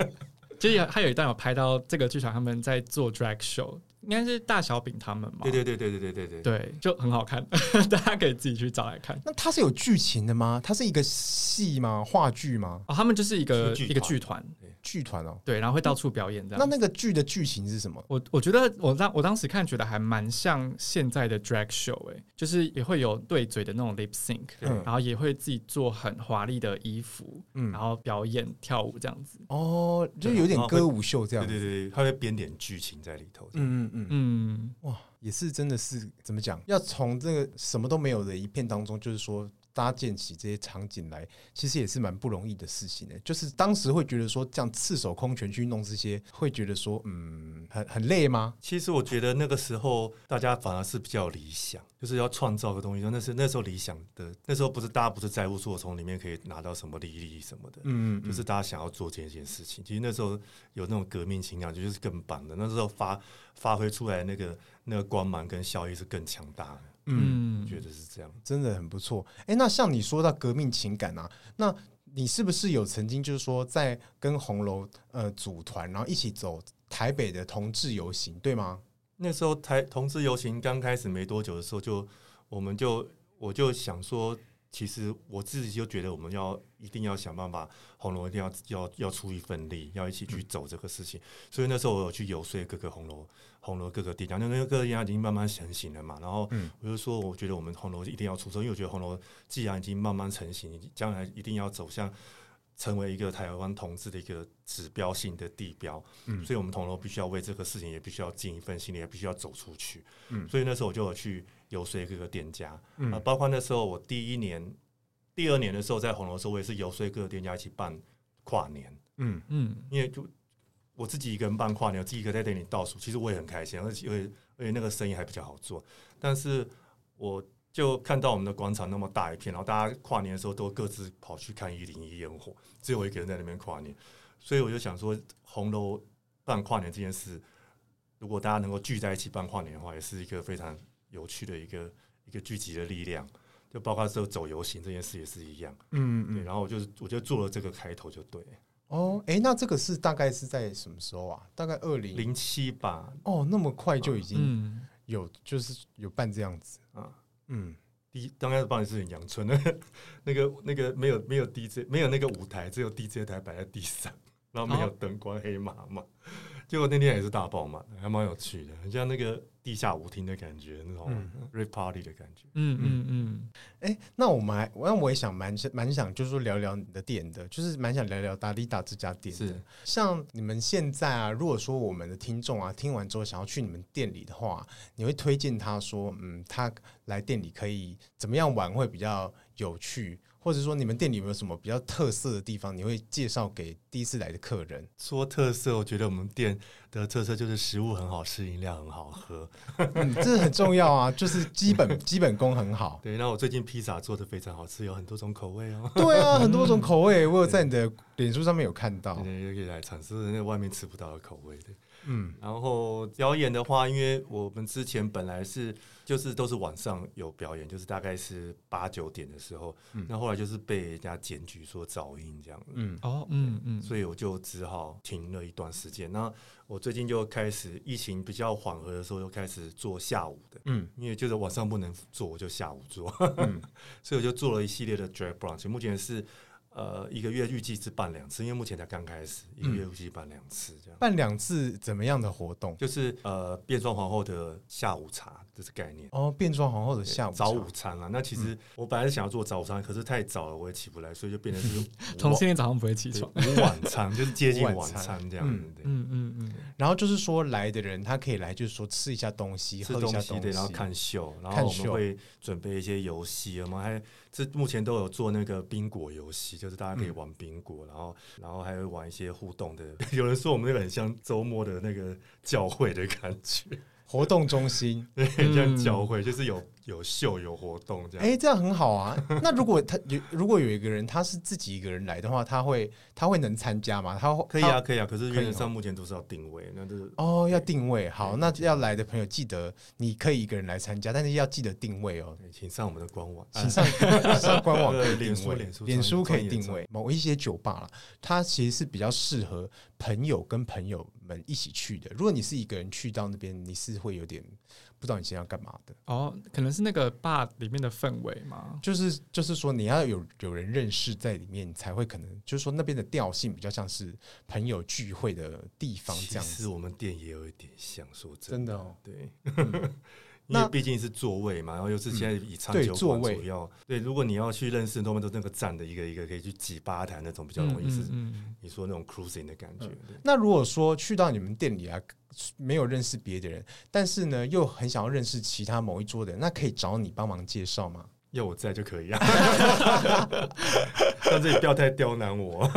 S3: 其实有他有一段有拍到这个剧场他们在做 drag show，应该是大小饼他们嘛，
S1: 对对对对对对对对。
S3: 对，就很好看， <laughs> 大家可以自己去找来看。
S2: 那它是有剧情的吗？它是一个戏吗？话剧吗？
S3: 哦，他们就是一
S1: 是
S3: 个
S1: 剧团
S3: 一个剧团，
S2: 剧团哦。
S3: 对，然后会到处表演这
S2: 那
S3: 样。
S2: 那个剧的剧情是什么？
S3: 我我觉得我当我当时看觉得还蛮像现在的 drag show 哎、就是也会有对嘴的那种 lip sync，
S1: 对
S2: 嗯
S3: 然后也会自己做很华丽的衣服，
S2: 嗯
S3: 然后表演跳舞这样子。
S2: 哦，就有点歌舞秀这样
S1: 对
S2: 子。
S1: 对对，他会编点剧情在里头。嗯，
S2: 嗯嗯嗯，
S3: 嗯，
S2: 哇，也是真的是怎么讲？要从这个什么都没有的一片当中，就是说搭建起这些场景来，其实也是蛮不容易的事情的。就是当时会觉得说，这样赤手空拳去弄这些，会觉得说，嗯，很很累吗？
S1: 其实我觉得那个时候大家反而是比较理想，就是要创造个东西。那是那时候理想的，那时候不是大家不是在乎说我从里面可以拿到什么利益什么的，
S2: 嗯，
S1: 就是大家想要做这件事情。其实那时候有那种革命情感，就是更棒的。那时候发发挥出来那个那个光芒跟效益是更强大的。
S3: 嗯
S1: 觉得是这样。
S2: 真的很不错。哎、那像你说到革命情感啊，那你是不是有曾经就是说在跟红楼呃组团，然后一起走台北的同志游行，对吗？
S1: 那时候台同志游行刚开始没多久的时候就，我们就我就想说，其实我自己就觉得我们要一定要想办法，红楼一定要要要出一份力，要一起去走这个事情。所以那时候我有去游说各个红楼红楼各个地方，那那个各个地方已经慢慢成型了嘛。然后
S2: 嗯
S1: 我就说，我觉得我们红楼一定要出声，因为我觉得红楼既然已经慢慢成型，将来一定要走向。成为一个台湾同志的一个指标性的地标，
S2: 嗯
S1: 所以我们同楼必须要为这个事情，也必须要尽一份心力，也必须要走出去。
S2: 嗯
S1: 所以那时候我就有去游说各个店家，
S2: 嗯
S1: 啊，包括那时候我第一年、第二年的时候在红楼的时候，我也是游说各个店家一起办跨年，
S2: 嗯，
S3: 嗯，
S1: 因为就我自己一个人办跨年，我自己一个在店里倒数，其实我也很开心，而且而且而且那个生意还比较好做，但是我。就看到我们的广场那么大一片，然后大家跨年的时候都各自跑去看一零一烟火，只有我一个人在那边跨年，所以我就想说，红楼办跨年这件事，如果大家能够聚在一起办跨年的话，也是一个非常有趣的一个一个聚集的力量。就包括这走游行这件事也是一样，
S2: 嗯
S1: 对。然后我就我就做了这个开头，就对，
S2: 哦，哎、那这个是大概是在什么时候啊？大概二零
S1: 零七吧，
S2: 哦，那么快就已经
S3: 嗯，
S2: 有、就是有办这样子
S1: 啊
S2: 嗯，
S1: 第一刚开始帮你是很阳春的，那个那个没有没有 DJ 没有那个舞台，只有 DJ 台摆在地上，然后没有灯光、黑麻嘛，结果那天也是大爆满，还蛮有趣的，很像那个地下舞厅的感觉，那种 r a p party 的感觉。
S3: 嗯嗯嗯，
S2: 哎、那我们还那我也想蛮蛮想就是说聊聊你的店的，就是蛮想聊聊达利达这家店的
S1: 是。
S2: 像你们现在啊，如果说我们的听众啊听完之后想要去你们店里的话，你会推荐他说，嗯，他来店里可以怎么样玩会比较有趣，或者说你们店里有没有什么比较特色的地方，你会介绍给第一次来的客人？ <laughs>
S1: 说特色，我觉得我们店的特色就是食物很好吃，饮料很好喝。
S2: 嗯，这很重要啊，就是基本基本功很好。
S1: 对，那我最近披萨做的非常好吃，有很多种口味 <laughs> 哦。
S2: 对啊，很多种口味，我有在你的脸书上面有看到。
S1: 对，也可以来尝试那外面吃不到的口味对，
S2: 嗯，
S1: 然后表演的话，因为我们之前本来是就是都是晚上有表演，就是大概是八九点的时候，那后来就是被人家检举说噪音这样子，
S2: 嗯
S3: 哦，嗯嗯，
S1: 所以我就只好停了一段时间。那我最近就开始疫情比较缓和的时候，又开始做下午的，
S2: 嗯，
S1: 因为就是晚上不能做，我就下午做，
S2: 嗯
S1: <laughs> 所以我就做了一系列的 drag brunch。目前是呃一个月预计是办两次，因为目前才刚开始，一个
S2: 嗯
S1: 月预计办两次这样。
S2: 办两次怎么样的活动？
S1: 就是呃，变装皇后的下午茶这是概念，
S2: 哦，变装皇后的下午茶嗯
S1: 早午餐啊。那其实我本来是想要做早午餐，可是太早了，我也起不来，所以就变成
S2: <laughs>
S1: 是午
S3: 从今天早上不会起
S1: 对
S3: 床。
S1: 午晚餐，就是接近
S2: 午晚
S1: 晚
S2: 餐
S1: 餐这样子。对
S3: 嗯嗯嗯，
S2: 然后就是说来的人他可以来，就是说吃一下东西，
S1: 吃
S2: 喝一
S1: 东
S2: 下
S1: 西对，然后看秀，然
S2: 看
S1: 后我们
S2: 秀
S1: 会准备一些游戏，我们还这目前都有做那个宾果游戏，就是大家可以玩宾果，然后
S2: 嗯
S1: 然后还会玩一些互动的。 <laughs> 有人说我们那个很像周末的那个教会的感觉，
S2: 嗯活动中心。
S1: <laughs> 对，很像
S3: 嗯
S1: 教会，就是有有秀有活动这样。
S2: 哎、这样很好啊。那如果他有，如果有一个人他是自己一个人来的话，他会他会能参加吗？他会
S1: 可以啊，可以啊，可是
S2: 可以
S1: 原则
S2: 哦
S1: 上目前都是要定位，那就是
S2: 哦，要定位好，那要来的朋友记得你可以一个人来参加，但是要记得定位哦。
S1: 对请上我们的官网，哎
S2: <laughs> 请上上官网可以
S1: 呃
S2: 定
S1: 脸书
S2: 位，
S1: 脸书
S2: 脸书可
S1: 专
S2: 以
S1: 业
S2: 定
S1: 专
S2: 位。某一些酒吧啦，它其实是比较适合朋友跟朋友们一起去的。如果你是一个人去到那边，你是会有点不知道你今天要干嘛的。
S3: 哦，可能是那个 bar 里面的氛围嘛。
S2: 就是就是说，你要有有人认识在里面，你才会可能就是说那边的调性比较像是朋友聚会的地方这
S1: 其
S2: 样
S1: 实
S2: 子。
S1: 我们店也有一点像，说真
S2: 真
S1: 的，
S2: 的哦，
S1: 对。 <laughs> 因
S2: 那嗯
S1: 为毕竟是座位嘛，然后又是现在以餐
S2: 对
S1: 酒
S2: 座
S1: 馆
S2: 位
S1: 主要对，如果你要去认识他们都那个站的一个一个可以去挤吧台那种，比较容易是
S3: 嗯
S1: 你说那种 cruising 的感觉。对
S2: 那如果说去到你们店里啊，没有认识别的人，但是呢又很想要认识其他某一桌的人，那可以找你帮忙介绍吗？
S1: 要我在就可以啊， <laughs> 但是你不要太刁难我。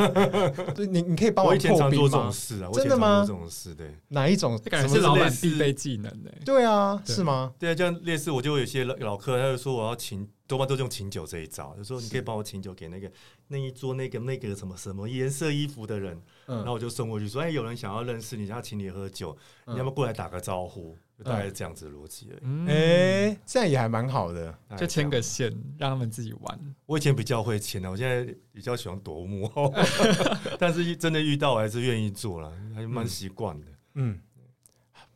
S2: 对，你你可以帮
S1: 我
S2: 忙
S1: 以前
S2: 破
S1: 常
S2: 冰
S1: 做这种
S2: 吗？
S1: 事啊，我以
S2: 真
S1: 前
S2: 的
S1: 常
S2: 吗
S1: 做这种事，对。
S2: 哪一种？
S3: 这感觉
S1: 什么
S3: 是
S1: 是
S3: 老板
S1: 类似
S3: 必备技能欸呢、
S2: 对啊，
S3: 对
S2: 是吗？
S1: 对啊，这样类似我就有一些老老客人，他就说我要请，多半都是用请酒这一招，就说你可以帮我请酒给那个那一桌那个那个什么什么颜色衣服的人，
S2: 嗯
S1: 然后我就送过去说，哎，有人想要认识你，想要请你喝酒，
S2: 嗯
S1: 你要不要过来打个招呼？就大概是这样子的逻辑而已
S3: 嗯，
S2: 哎、这样也还蛮好的。
S1: 大概
S3: 就牵
S1: 这
S3: 个
S1: 样
S3: 线，让他们自己玩。
S1: 我以前比较会牵的，我现在比较喜欢躲
S3: <laughs>
S1: 幕后，但是真的遇到我还是愿意做了，还蛮习惯的，
S2: 嗯，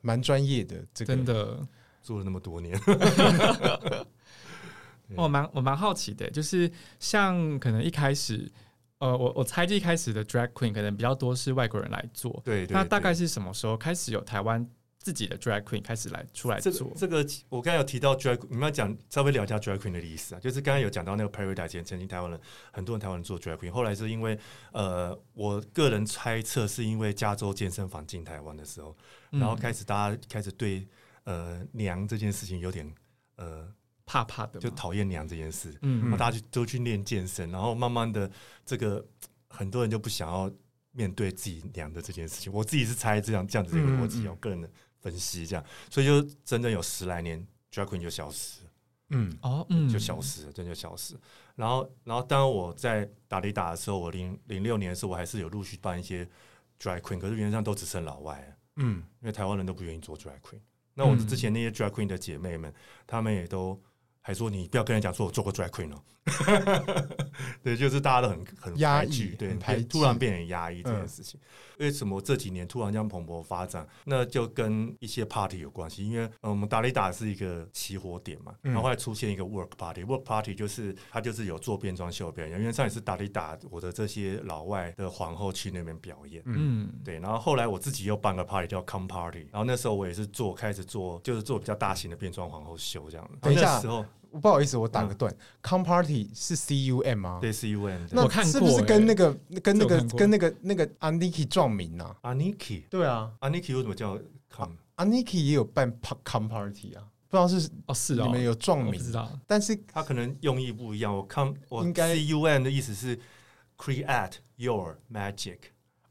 S2: 蛮专业的，这个
S3: 真的，
S1: 做了那么多
S3: <laughs>
S1: 年。
S3: 我哦蛮我蛮好奇的，就是像可能一开始，呃，我我猜这一开始的 drag queen 可能比较多是外国人来做，
S1: 对对，
S3: 那大
S1: 对
S3: 概是什么时候开始有台湾自己的 drag queen 开始来出来
S1: 这
S3: 做
S1: 个？这个，我刚才有提到 drag，你们要讲稍微聊一下 drag queen 的历史啊，就是刚刚有讲到那个 Paradise 前曾经台湾人很多人台湾人做 drag queen，后来是因为呃，我个人猜测是因为加州健身房进台湾的时候，然后
S3: 嗯
S1: 开始大家开始对呃娘这件事情有点呃
S3: 怕怕的吗，
S1: 就讨厌娘这件事，
S3: 嗯
S1: 然后大家就都去练健身，然后慢慢的这个很多人就不想要面对自己娘的这件事情。我自己是猜这样这样子的一个逻辑，
S2: 嗯嗯
S1: 我个人的分析这样，所以就真正有十来年 drag queen 就消失了。
S2: 嗯
S3: 哦，嗯，
S1: 就消失了，真的就消失。然后，然后，当然我在打雷打的时候，我零零六年的时候，我还是有陆续办一些 drag queen，可是原则上都只剩老外了，
S2: 嗯
S1: 因为台湾人都不愿意做 drag queen。那我之前那些 drag queen 的姐妹们，她们也都还说你不要跟人讲说我做过 drag queen 哦， <laughs> 对，就是大家都很很
S2: 压
S1: 排拒
S2: 抑
S1: 对
S2: 很，排
S1: 变
S2: 斥
S1: 突然变得压抑这件
S2: 嗯
S1: 事情。为什么这几年突然这样蓬勃发展？那就跟一些 party 有关系，因为呃我们打雷打是一个起火点嘛，
S2: 嗯
S1: 然后后来出现一个 work party，work party 就是它就是有做变装秀的表演，因为上一次打雷打我的这些老外的皇后去那边表演，
S3: 嗯，
S1: 对，然后后来我自己又办个 party 叫 Come Party，然后那时候我也是做开始做，就是做比较大型的变装皇后秀这样的。
S2: 等一下
S1: 然后那时候
S2: 我不好意思，我打个断、c o m Party 是 C U M 吗？
S1: 嗯对 CUN
S2: 那
S1: 的
S3: 我看
S2: 是
S3: 过
S2: 不是
S3: 欸
S2: 跟那个、跟
S3: 这
S2: 那
S3: 我
S2: 个、
S3: 看过
S2: 跟那个、那个 Aniki 撞名啊？
S1: Aniki，Aniki
S2: 对啊
S1: 为什么叫 Come？
S2: ，Aniki 也有办 pa- Com Party 啊，不知道是
S3: 哦是哦，
S2: 你们有撞
S3: 我不
S2: 名，
S3: 知道，
S2: 但是
S1: 它可能用意不一样。我 Come 我
S2: 应该
S1: CUN 的意思是 Create Your Magic，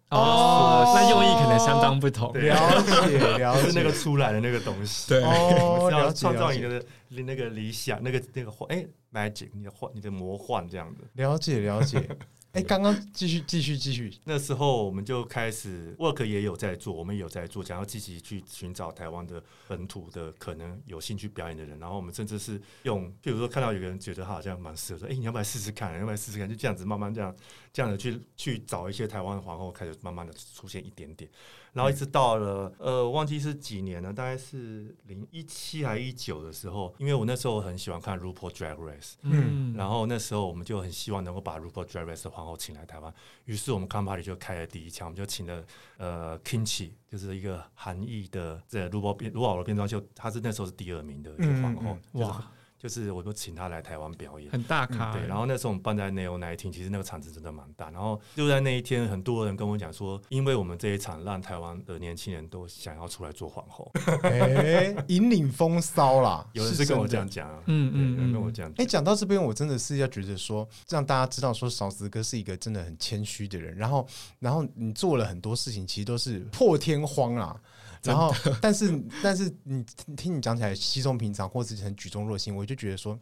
S2: 哦
S3: 那用意可能相当不同，
S1: 对
S2: 了解
S1: 就
S2: 了 <laughs> 解
S1: 是那个出来的那个东西。
S3: 对 <laughs>
S2: 哦，
S1: 我
S2: 了
S1: 要
S2: 解
S1: 创
S2: 了
S1: 造你
S2: 解
S1: 的那个理想，那个那个幻哎 magic，你的幻你的魔幻这样的。
S2: 了解了
S1: <laughs>
S2: 解。哎，刚刚继续继续继续，
S1: 那时候我们就开始 work 也有在做，我们也有在做，想要积极去寻找台湾的本土的可能有兴趣表演的人。然后我们甚至是用，譬如说看到有个人觉得他好像蛮适合，说：“哎、你要不要试试看？要不要试试看？”就这样子慢慢这样这样的去去找一些台湾皇后，开始慢慢的出现一点点。然后一直到了呃，忘记是几年了，大概是零一七还一九的时候，因为我那时候很喜欢看 RuPaul Drag Race，
S3: 嗯，
S1: 然后那时候我们就很希望能够把 RuPaul Drag Race 的皇后请来台湾，于是我们 Company 就开了第一枪，我们就请了呃 Kimchi，就是一个韩裔的这 RuPaul 变 RuPaul 的变装秀，她是那时候是第二名的一个皇后，
S2: 嗯
S1: 就是
S3: 哇，
S1: 就是我就请她来台湾表演。
S3: 很大咖欸，
S1: 对，然后那时候我们办在 Neo n i 其实那个场子真的蛮大。然后就在那一天，很多人跟我讲说，因为我们这一场让台湾的年轻人都想要出来做皇后，
S2: 哎，引领风骚啦，
S1: <laughs> 有人是跟我这样
S2: 真的。
S1: 讲啊，
S3: 嗯
S1: 对
S3: 嗯
S1: 有人跟我
S3: 嗯
S1: 这样
S2: 哎，
S1: 讲，
S2: 讲到这边，我真的是要觉得说，让大家知道说，勺子哥是一个真的很谦虚的人。然后，然后你做了很多事情，其实都是破天荒啦。然后，但是但是你听你讲起来稀松平常，或是很举重若轻，我就觉得说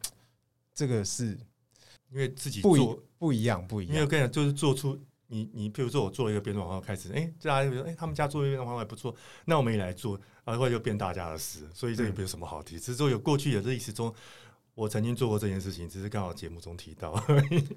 S2: 这个是
S1: 因为自己
S2: 不一
S1: 做，
S2: 不一样，不一
S1: 因为我
S2: 样。
S1: 跟你讲，就是做出你你，譬如说我做了一个变装皇后，开始哎，大家就觉得哎，他们家做变装皇后还不错，那我们也来做，然后就变大家的事，所以这也没有什么好提。只是说有过去的历史中，我曾经做过这件事情，只是刚好节目中提到而已。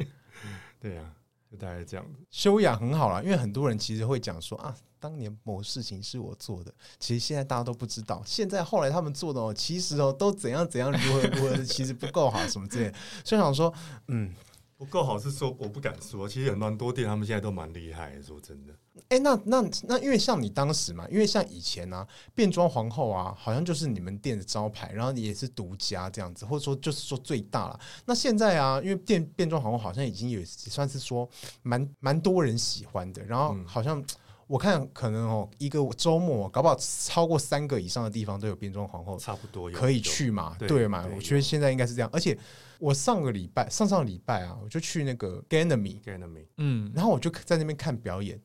S2: 嗯
S1: <laughs> 对呀、啊，就大概是这样子。
S2: 修养很好啦，因为很多人其实会讲说啊，当年某事情是我做的，其实现在大家都不知道。现在后来他们做的哦，其实哦都怎样怎样如何如何，其实不够好什么之类的。所以想说，嗯，
S1: 不够好是说我不敢说，其实很蛮多店他们现在都蛮厉害的，说真的。
S2: 哎、那那那，因为像你当时嘛，因为像以前啊，变装皇后啊，好像就是你们店的招牌，然后你也是独家这样子，或者说就是说最大了。那现在啊，因为变变装皇后好像已经有也算是说蛮蛮多人喜欢的，然后
S1: 嗯
S2: 好像。我看可能哦，一个周末搞不好超过三个以上的地方都有变装皇后
S1: 差不多有
S2: 可以去嘛？
S1: 有
S2: 对嘛
S1: 对？有
S2: 我觉得现在应该是这样。而且我上个礼拜、上上个礼拜啊，我就去那个 Ganemy，
S1: 有 Ganemy，
S3: 嗯，
S2: 然后我就在那边看表演，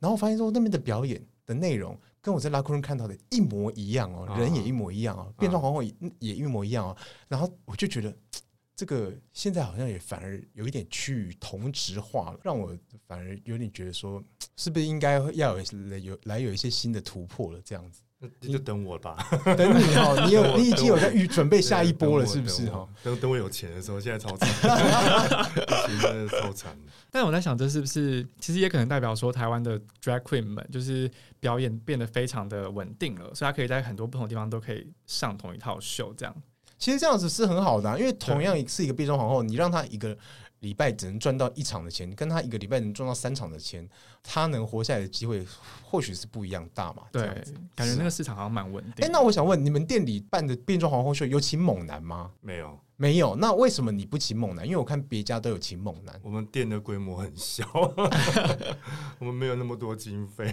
S2: 然后我发现说那边的表演的内容跟我在拉库伦看到的一模一样哦，
S1: 啊
S2: 人也一模一样哦，变装皇后也也一模一样哦，然后我就觉得。嘖这个现在好像也反而有一点趋于同质化了，让我反而有点觉得说，嘖是不是应该要有来有来有一些新的突破了？这样子，
S1: 那就等我吧。
S2: 等你哦，你有
S1: 我
S2: 你已经有在预准备下一波
S1: <laughs>
S2: 了，
S1: 对
S2: 是
S1: 等
S2: 不
S1: 我
S2: 是哈？
S1: 等我等等我有钱的时候，现在超
S2: <laughs>
S1: 惨，疫情真的是超惨的。
S3: 但我在想，这是不是其实也可能代表说，台湾的 drag queen 们就是表演变得非常的稳定了，所以他可以在很多不同地方都可以上同一套秀，这样。
S2: 其实这样子是很好的啊、因为同样是一个变装皇后，你让她一个礼拜只能赚到一场的钱，跟她一个礼拜能赚到三场的钱，她能活下来的机会或许是不一样大嘛。
S3: 对
S2: 这样子，
S3: 感觉那个市场好像蛮稳定
S2: 哎、
S3: 的。
S2: 那我想问，你们店里办的变装皇后秀有请猛男吗？
S1: 没有，
S2: 没有，那为什么你不请猛男？因为我看别家都有请猛男。
S1: 我们店的规模很
S2: <laughs>
S1: 小，我们没有那么多经费。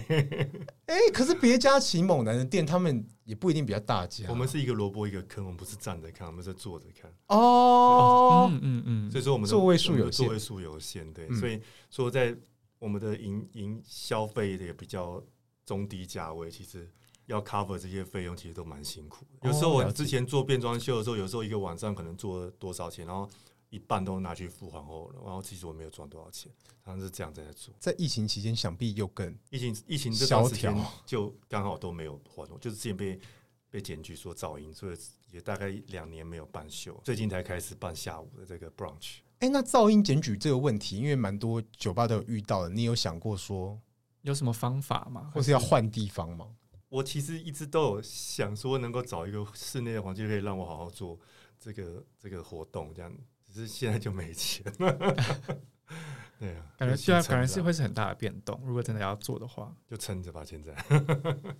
S2: 哎、可是别家请猛男的店，他们也不一定比较大家。
S1: 我们是一个萝卜一个坑，我们不是站着看，我们是坐着看。
S2: 哦，
S3: 嗯嗯嗯，
S1: 所以说我们的
S2: 座位数
S1: 我们的
S2: 有限
S1: 座位数有限，对，
S2: 嗯
S1: 所以说在我们的营营消费的也比较中低价位，其实要 cover 这些费用，其实都蛮辛苦的。有时候
S2: 哦了
S1: 我
S2: 解
S1: 之前做变装秀的时候，有时候一个晚上可能做多少钱，然后一半都拿去付皇后了，然后其实我没有赚多少钱，好像是这样在做。
S2: 在疫情期间，想必又更
S1: 疫情疫情这段时
S2: 萧
S1: 间
S2: 条
S1: 就刚好都没有活动，就是之前被被检举说噪音，所以也大概两年没有办秀，最近才开始办下午的这个 brunch。
S2: 哎、那噪音检举这个问题，因为蛮多酒吧都有遇到的，你有想过说，
S3: 有什么方法吗？
S2: 或是要换地方吗？
S1: 我其实一直都有想说，能够找一个室内的环境，可以让我好好做这个这个活动，这样。只是现在就没钱。 <laughs> 对啊，
S3: 感
S1: 就
S3: 觉对啊，
S1: 先撑着
S3: 感觉是会是很大的变动。如果真的要做的话，
S1: 就撑着吧，现在。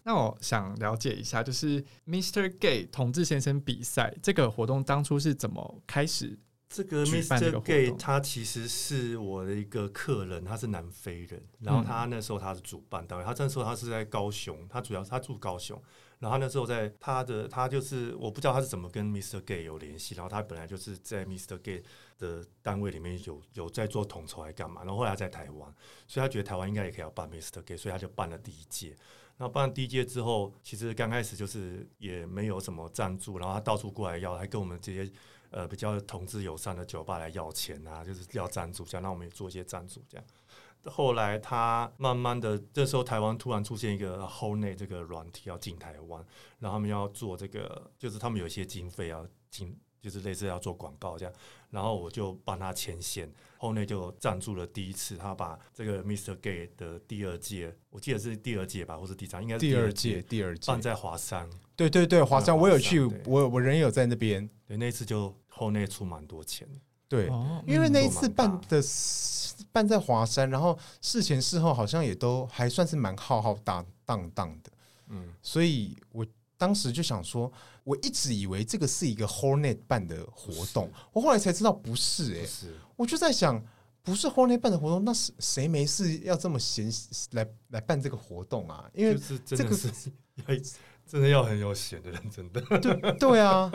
S3: 那我想了解一下，就是 Mr. Gay 同志先生比赛这个活动当初是怎么开始？
S1: 这个
S3: 举办这个
S1: Mr.
S3: 活动
S1: Gay 他其实是我的一个客人，他是南非人，然后
S3: 嗯
S1: 他那时候他是主办单位，他那时候他是在高雄，他主要他住高雄，然后他那时候在他的他就是我不知道他是怎么跟 Mr. Gay 有联系，然后他本来就是在 Mr. Gay 的单位里面有有在做统筹还干嘛，然后后来他在台湾，所以他觉得台湾应该也可以要办 Mr. Gay，所以他就办了第一届。那办了第一届之后，其实刚开始就是也没有什么赞助，然后他到处过来要，还跟我们这些呃比较同志友善的酒吧来要钱啊，就是要赞助这样，那我们也做一些赞助这样。后来他慢慢的，这时候台湾突然出现一个 Whole n e 这个软体要进台湾，然后他们要做这个，就是他们有一些经费要进，就是类似要做广告这样，然后我就帮他牵线，后内就赞助了第一次，他把这个 Mr. Gay 的第二届，我记得是第二届吧，或是第三，应该是
S2: 第
S1: 二
S2: 二届，第二届
S1: 办，在华山，
S2: 对对对，华山，
S1: 嗯
S2: 我有
S1: 华山
S2: 去
S1: 对，
S2: 我我人有在那边，
S1: 对，那一次就后内出蛮多钱的，
S2: 对，
S3: 哦，
S2: 因为那一
S1: 嗯
S2: 次
S1: 做蛮
S2: 办的办在华山，然后事前事后好像也都还算是蛮浩浩荡荡荡的，
S1: 嗯，
S2: 所以我当时就想说，我一直以为这个是一个 Hornet 办的活动，我后来才知道不是、欸，
S1: 就
S2: 哎，
S1: 是。
S2: 我就在想，不是 Hornet 办的活动，那是谁没事要这么闲来来办这个活动啊？因为
S1: 就是
S2: 这
S1: 真的
S2: 个
S1: 是 <laughs> 要真的要很有闲的人，真的。 <laughs>
S2: 对对啊。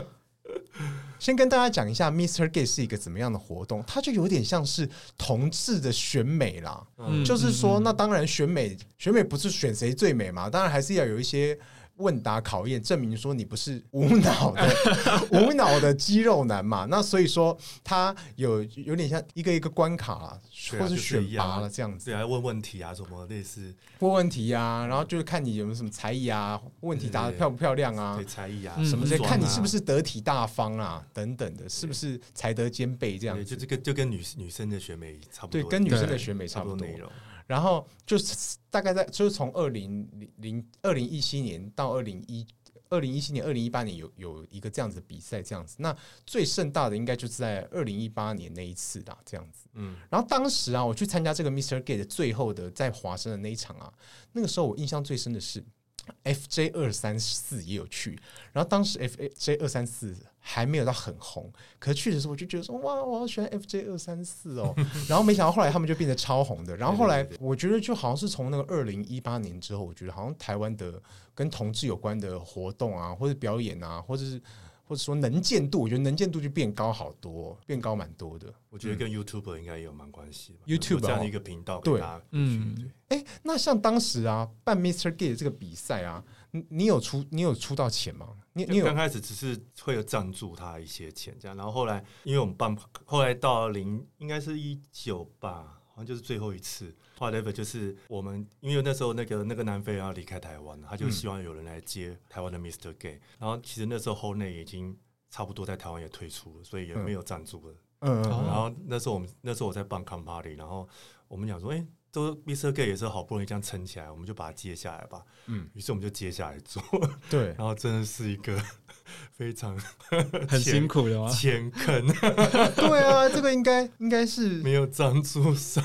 S2: 先跟大家讲一下，Mr. Gay 是一个怎么样的活动？它就有点像是同志的选美啦，
S3: 嗯
S2: 就是说，
S3: 嗯嗯
S2: 那当然选美，选美不是选谁最美嘛，当然还是要有一些问答考验，证明说你不是无脑的 <laughs> 无脑的肌肉男嘛。那所以说他有有点像一个一个关卡啦，
S1: 对啊
S2: 或是
S1: 就是
S2: 选
S1: 一样啊
S2: 拔了这样子
S1: 对，，来问问题啊，什么类似
S2: 问问题啊，然后就是看你有没有什么才艺啊，问题答的
S1: 对
S2: 漂不漂亮啊
S1: 对，才艺啊，
S3: 嗯
S2: 什么
S1: 之
S2: 之
S1: 类
S2: 类，看你是不是得体大方啊，等等的，是不是才德兼备这样
S1: 对，
S2: 子
S1: 就？这个就跟女女生的学妹差不多，
S2: 对，跟女生的
S3: 对
S2: 选美差
S1: 差
S2: 不
S1: 不
S2: 多
S1: 多内。容。
S2: 然后就是大概在就是从二零零零二零一七年到二零一二零一七年二零一八年有有一个这样子的比赛这样子，那最盛大的应该就是在二零一八年那一次啦，这样子。
S1: 嗯，
S2: 然后当时啊，我去参加这个 Mr. Gay 的最后的在华生的那一场啊，那个时候我印象最深的是 FJ 二三四也有去，然后当时 FJ 二三四还没有到很红，可是去的时候我就觉得说哇，我好喜欢 FJ 二三四哦，然后没想到后来他们就变得超红的，然后后来
S1: 对对
S2: 我觉得就好像是从那个二零一八年之后，我觉得好像台湾的跟同志有关的活动啊，或者表演啊，或者是。或者说能见度，我觉得能见度就变高好多，变高蛮多的。
S1: 我觉得跟 YouTube 应该也有蛮关系吧
S2: YouTube
S1: 有这样的
S2: 哦
S1: 一个频道，
S2: 对
S1: 大家
S3: 嗯
S1: 对
S2: 哎、那像当时啊办 Mr. Gay 的这个比赛啊，你你有出你有出到钱吗？你
S1: 因
S2: 你
S1: 为
S2: 有
S1: 刚开始只是会有赞助他一些钱这样，然后后来因为我们办，后来到零应该是一九吧，好像就是最后一次。whatever，就是我们因为那时候那个那个南非要离开台湾了，他就希望有人来接台湾的 Mr. Gay，、然后其实那时候后内已经差不多在台湾也退出了，所以也没有赞助了。
S2: 嗯嗯
S3: 哦
S1: 然后那时候我们那时候我在办 c o m party，然后我们讲说，哎、都 Mr. Gay 也是好不容易这样撑起来，我们就把它接下来吧。
S2: 嗯
S1: 嗯，于是我们就接下来做， <laughs>
S2: 对，啊
S1: 然后真的是一个非常 <laughs>
S3: 很
S1: 浅
S3: 辛苦的吗？
S1: <laughs> 浅坑，
S2: 对啊，这个应该应该是
S1: 没有赞助商，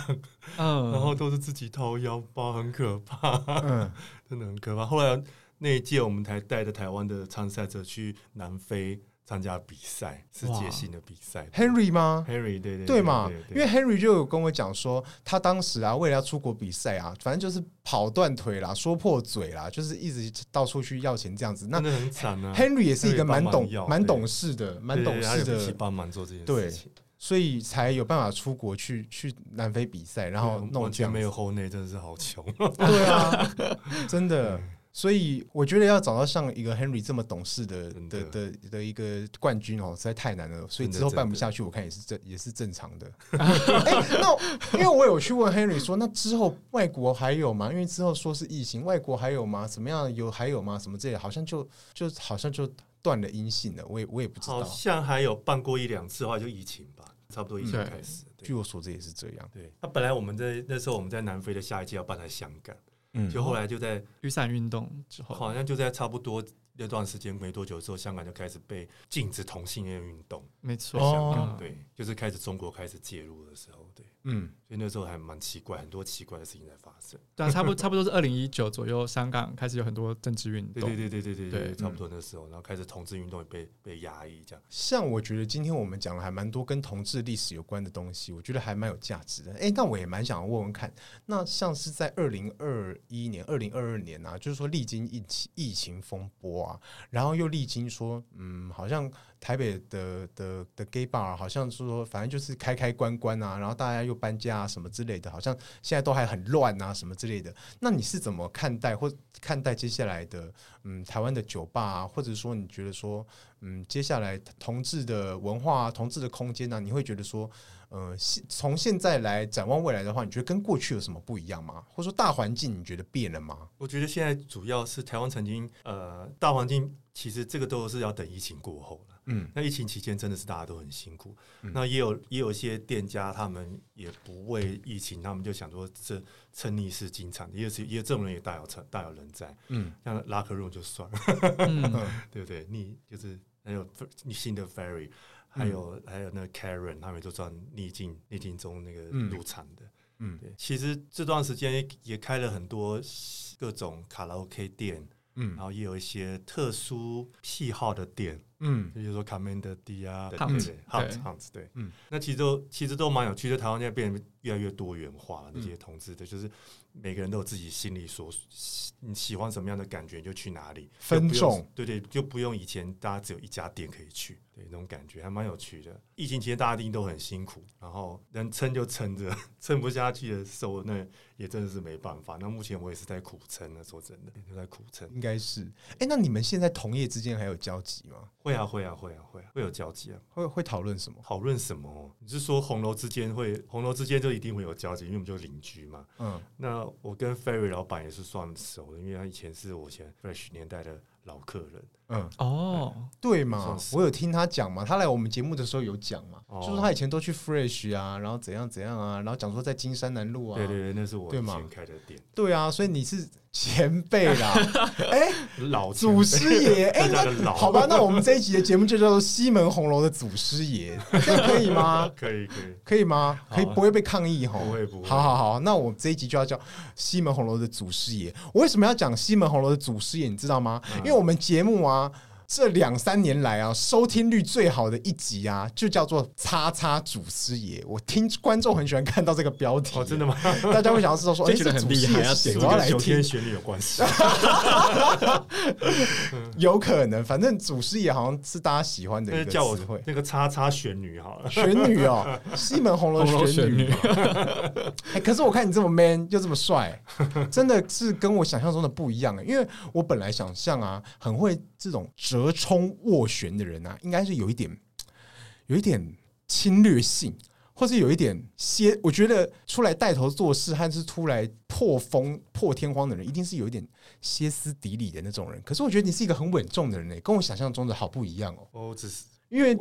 S3: 嗯，
S1: 然后都是自己掏腰包，很可怕，
S2: 嗯
S1: 真的很可怕。后来那一届我们才带着台湾的参赛者去南非参加比赛，世界性的比赛。
S2: Henry 吗？
S1: Henry 对对
S2: 对嘛
S1: 对，对
S2: 因为 Henry 就有跟我讲说，他当时啊，为了要出国比赛啊，反正就是跑断腿啦，说破嘴啦，就是一直到处去要钱这样子。那
S1: 真的很惨啊。
S2: Henry 也是一个蛮懂
S1: 帮忙要、
S2: 蛮
S1: 对
S2: 懂事的、蛮懂事
S1: 对对对他有一起
S2: 的，
S1: 帮忙做这件事
S2: 对
S1: 情，
S2: 所以才有办法出国去去南非比赛，然后
S1: 对
S2: 弄
S1: 完
S2: 这
S1: 全
S2: 样
S1: 没
S2: 子
S1: 有后内，真的是好穷。
S2: 对啊， <laughs> 真的
S1: 对。
S2: 所以我觉得要找到像一个 Henry 这么懂事的
S1: 真
S2: 的
S1: 的
S2: 的的一个冠军哦，实在太难了。所以
S1: 真的
S2: 之后办不下去，我看也是正也是正常的。 <laughs> 哎、那因为我有去问 Henry 说，那之后外国还有吗？因为之后说是疫情，外国还有吗？怎么样有还有吗？什么之类的，好像就就好像就断了音信了。我也我也不知
S1: 好
S2: 道。
S1: 像还有办过一两次，后来就疫情吧，差不多疫情
S3: 嗯
S1: 开始。对
S2: 据我所知也是这样。
S1: 对，那本来我们在那时候我们在南非的下一届要办在香港，
S2: 嗯，
S1: 就后来就在
S3: 雨伞运动之后，
S1: 好像就在差不多那段时间没多久之后，香港就开始被禁止同性恋运动。
S3: 没
S1: 在
S3: 错，嗯
S1: 香
S2: 哦
S1: 港对，就是开始中国开始介入的时候，对，
S2: 嗯
S1: 所以那时候还蛮奇怪，很多奇怪的事情在发生。
S3: 对啊，差不多差不多是二零一九左右，香港开始有很多政治运
S1: 对
S3: 动，
S1: 对对对对对
S3: 对
S1: 对，差不
S2: 嗯
S1: 多那时候，然后开始同志运动也被被压抑这样。
S2: 像我觉得今天我们讲了还蛮多跟同志历史有关的东西，我觉得还蛮有价值的。诶，那我也蛮想问问看，那像是在二零二一年、二零二二年啊，就是说历经疫情疫情风波啊，然后又历经说，嗯，好像台北的的的 gay bar 啊好像是说，反正就是开开关关啊，然后大家又搬家啊什么之类的，好像现在都还很乱啊什么之类的。那你是怎么看待或看待接下来的嗯台湾的酒吧啊，或者说你觉得说？嗯，接下来同志的文化、啊、同志的空间呢、你会觉得说，呃，现从现在来展望未来的话，你觉得跟过去有什么不一样吗？或者说大环境你觉得变了吗？
S1: 我觉得现在主要是台湾曾经呃大环境，其实这个都是要等疫情过后了。
S2: 嗯
S1: 那疫情期间真的是大家都很辛苦，
S2: 嗯
S1: 那也有也有一些店家他们也不为疫情，他们就想说这趁逆势进场，也是也有这种人也大有成大有人在，
S2: 嗯
S1: 像拉克 room 就算了， <laughs>
S3: 嗯，
S2: 嗯
S1: 对不对？逆就是还有你新的 ferry，还有、
S2: 嗯
S1: 还有那个 Karen，他们都算逆境逆境中那个
S2: 嗯
S1: 入场的。
S2: 嗯
S1: 对，其实这段时间也开了很多各种卡拉 OK 店，
S2: 嗯
S1: 然后也有一些特殊癖好的店，
S2: 嗯
S1: 比如说 Commander D 啊
S3: Hunt，
S1: 对 Hunt
S3: 对
S1: Hunt，对，
S2: 嗯
S1: 嗯，那其实都其实都蛮有趣的。台湾现在变越来越多元化了。那些同志的，就是每个人都有自己心里所喜你喜欢什么样的感觉，你就去哪里
S2: 分
S1: 就不用
S2: 众
S1: 对对，就不用以前大家只有一家店可以去，对那种感觉还蛮有趣的。疫情期间大家一定都很辛苦，然后能撑就撑着， <laughs> 撑不下去的时候，那也真的是没办法。那目前我也是在苦撑啊，说真的，也是在苦撑。
S2: 应该是。哎、那你们现在同业之间还有交集吗？
S1: 会啊，会啊，会啊，会啊，会有交集啊。
S2: 会会讨论什么？
S1: 讨论什么？哦你是说红楼之间会，红楼之间就一定会有交集，因为我们就邻居嘛。
S2: 嗯，
S1: 那我跟 Ferry 老板也是算熟的，因为他以前是我以前 Fresh 年代的老客人。
S2: 嗯，
S3: 哦，
S2: 对嘛
S1: 算，是
S2: 我有听他讲嘛，他来我们节目的时候有讲嘛，
S1: 哦
S2: 就说他以前都去 Fresh 啊，然后怎样怎样啊，然后讲说在金山南路啊，
S1: 对对对，那是我
S2: 对
S1: 以
S2: 嘛
S1: 前开的店，
S2: 对啊，所以你是前辈啦，
S1: <laughs>
S2: 哎、
S1: 老前辈
S2: 祖师爷，哎、
S1: <laughs> 大家的
S2: 那
S1: 老
S2: 好吧，那我们这一集的节目就叫做西门红楼的祖
S1: <laughs>
S2: 师爷，这样可以吗？
S1: 可以可以。哦
S2: 可以吗？可以不会被抗议吼？
S1: 啊不会不会
S2: 好好好，那我这一集就要叫西门红楼的祖师爷。我为什么要讲西门红楼的祖师爷？你知道吗？因为我们节目啊。这两三年来啊，收听率最好的一集啊，就叫做“叉叉祖师爷”。我听观众很喜欢看到这个标题，啊
S1: 哦，真的吗？
S2: 大家会想要知道说，哎，
S3: 就觉得
S2: 这
S3: 很
S2: 祖
S3: 厉
S2: 师
S3: 害
S2: 爷
S3: 要
S2: 是谁？
S3: 点
S2: 我
S1: 这
S2: 要
S1: 跟
S2: 来
S1: 九
S2: 听
S1: 天。玄女有关
S2: <laughs>
S1: 系。
S2: 有可能，反正祖师爷好像是大家喜欢的
S1: 那
S2: 一
S1: 就
S2: 个
S1: 呃叫我
S2: 词汇。
S1: 那个叉叉玄女好了。
S2: 玄
S3: <laughs>
S2: 女哦，西门红楼
S3: 红楼
S2: 玄
S3: 玄
S2: 女
S3: 女
S2: 嘛。 <laughs> 哎、可是我看你这么 man 又这么
S3: <laughs>
S2: 帅，真的是跟我想象中的不一样欸因为我本来想象啊，很会这种折冲斡旋的人啊，应该是有一点，有一点侵略性。或是有一点些，我觉得出来带头做事，还是出来破风破天荒的人，一定是有一点歇斯底里的那种人。可是我觉得你是一个很稳重的人呢、欸跟我想象中的好不一样哦。
S1: 哦，只是
S2: 因为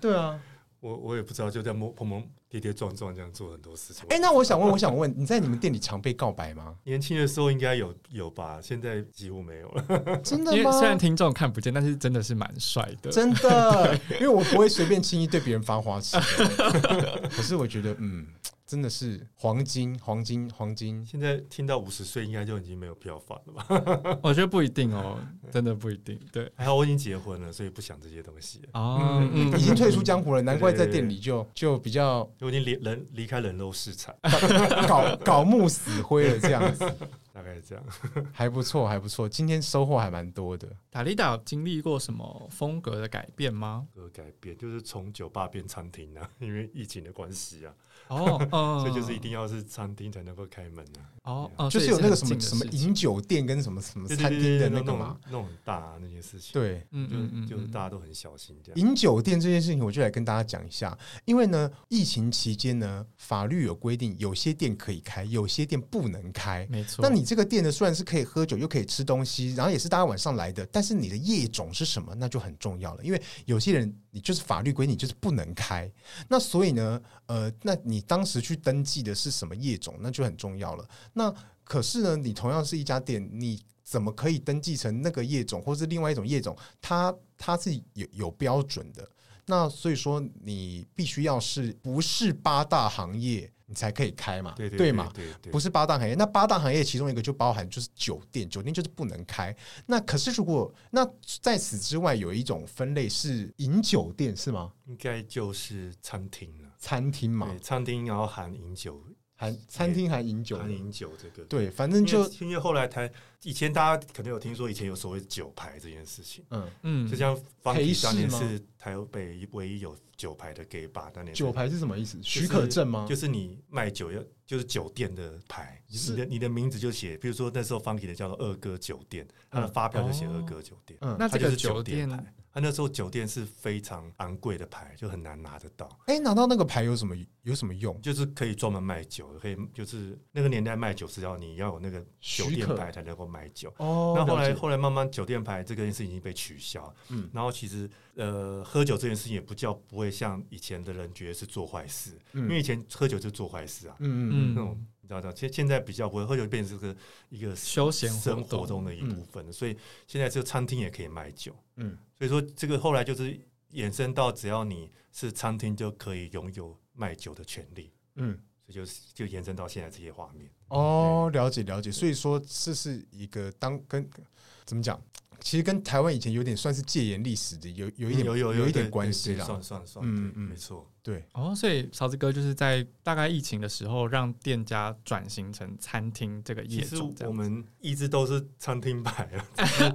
S2: 对啊，
S1: 我我也不知道，就在摸碰碰跌跌撞撞这样做很多事情。
S2: 哎、那我想问，我想问，你在你们店里常被告白吗？
S1: 年轻的时候应该有有吧，现在几乎没有了。
S2: 真
S3: 因
S2: 的
S3: 为
S2: 吗？
S3: 虽然听众看不见，但是真的是蛮帅的。
S2: <laughs> 真的，因为我不会随便轻易对别人发花痴的。可是我觉得，嗯，真的是黄金，黄金，黄金。
S1: 现在听到五十岁，应该就已经没有票房了吧？ <laughs>
S3: 我觉得不一定哦，真的不一定。对，
S1: 还好我已经结婚了，所以不想这些东西了。
S3: 哦，
S2: 嗯，
S3: 嗯
S2: 已经退出江湖了，难怪在店里就就比较
S1: 我已经离人离开人肉市场，
S2: 搞搞木死灰了这样子，
S1: 大概是这样。
S2: 还不错，还不错。今天收获还蛮多的。
S3: 塔利达有经历过什么风格的改变吗？
S1: 有改变就是从酒吧变餐厅啊，因为疫情的关系啊， <laughs>
S3: 哦，嗯，
S1: 所以就是一定要是餐厅才能够开门啊。
S3: 哦，嗯
S2: 就是有那个什么什么，
S3: 所以是很近的事情
S2: 饮酒店跟什么什么
S1: 对
S2: 餐厅的
S1: 对对对
S2: 那个
S1: 种
S2: 嘛，
S1: 那种很大啊那些事情，
S2: 对，
S3: 嗯嗯嗯，
S1: 就就
S3: 嗯
S1: 大家都很小心这样。
S2: 饮酒店这件事情，我就来跟大家讲一下。因为呢，疫情期间呢，法律有规定，有些店可以开，有些店不能开。
S3: 没错。
S2: 那你这个店呢，虽然是可以喝酒，又可以吃东西，然后也是大家晚上来的，但是你的业种是什么，那就很重要了。因为有些人你就是法律规定，你就是不能开。那所以呢，呃，那你当时去登记的是什么业种，那就很重要了。那可是呢，你同样是一家店，你怎么可以登记成那个业种，或是另外一种业种？它它是有有标准的。那所以说，你必须要是不是八大行业，你才可以开嘛？
S1: 对对
S2: 对嘛？
S1: 对对，
S2: 不是八大行业。那八大行业其中一个就包含就是酒店，酒店就是不能开。那可是如果那在此之外有一种分类是饮酒店是吗？
S1: 应该就是餐厅了。
S2: 餐厅嘛
S1: 对，，餐厅然后含饮酒，
S2: 含餐厅含饮酒，
S1: 含饮酒这个。
S2: 对，反
S1: 因
S2: 正
S1: 为，
S2: 就
S1: 因为后来台以前大家可能有听说，以前有所谓酒牌这件事情，
S2: 嗯，
S3: 嗯，
S1: 就像方体当年
S2: 陪侍吗
S1: 是台北唯一有酒牌的 gay bar，当年是
S2: 酒牌是什么意思？
S1: 就是
S2: 许可证吗？
S1: 就是你卖酒要就是酒店的牌，
S2: 是
S1: 你的你的名字就写，比如说那时候 Funky 的叫做二哥酒店，他的发票就写
S3: 哦
S1: 二哥酒店，
S2: 嗯，
S3: 那
S1: 它就
S3: 这个
S1: 是酒
S3: 店
S1: 牌。他那时候酒店是非常昂贵的牌，就很难拿得到，
S2: 哎，拿到那个牌有什么有什么用？
S1: 就是可以专门卖酒，可以就是那个年代卖酒是要你要有那个酒
S2: 许
S1: 店
S2: 可
S1: 牌才能够卖酒。
S2: 哦
S1: 那后来
S2: 了解
S1: 后来慢慢酒店牌这个件事已经被取消，
S2: 嗯
S1: 嗯，然后其实呃喝酒这件事情也不叫不会像以前的人觉得是做坏事，
S2: 嗯
S1: 因为以前喝酒就做坏事啊，
S2: 嗯嗯
S1: 那种你知道的，现现在比较不会，喝酒变成是个一个
S3: 休闲活
S1: 生
S3: 动
S1: 活中的一部分了，所以现在这个餐厅也可以卖酒，
S2: 嗯，
S1: 所以说这个后来就是衍生到只要你是餐厅就可以拥有卖酒的权利，
S2: 嗯，
S1: 所以就是就延伸到现在这些画面。
S2: 哦哦，了解了解。所以说这是一个当跟怎么讲？其实跟台湾以前有点算是戒严历史的有有一点
S1: 嗯有有
S2: 一
S1: 对
S2: 点
S1: 对
S2: 关
S1: 对
S2: 系啦。
S1: 算算算，
S2: 嗯
S1: 嗯
S2: 嗯
S1: 嗯，没错，
S2: 对，
S3: 哦，所以勺子哥就是在大概疫情的时候，让店家转型成餐厅这个业
S1: 其实
S3: 主这
S1: 我
S3: 样。
S1: 们一直都是餐厅摆
S3: <laughs>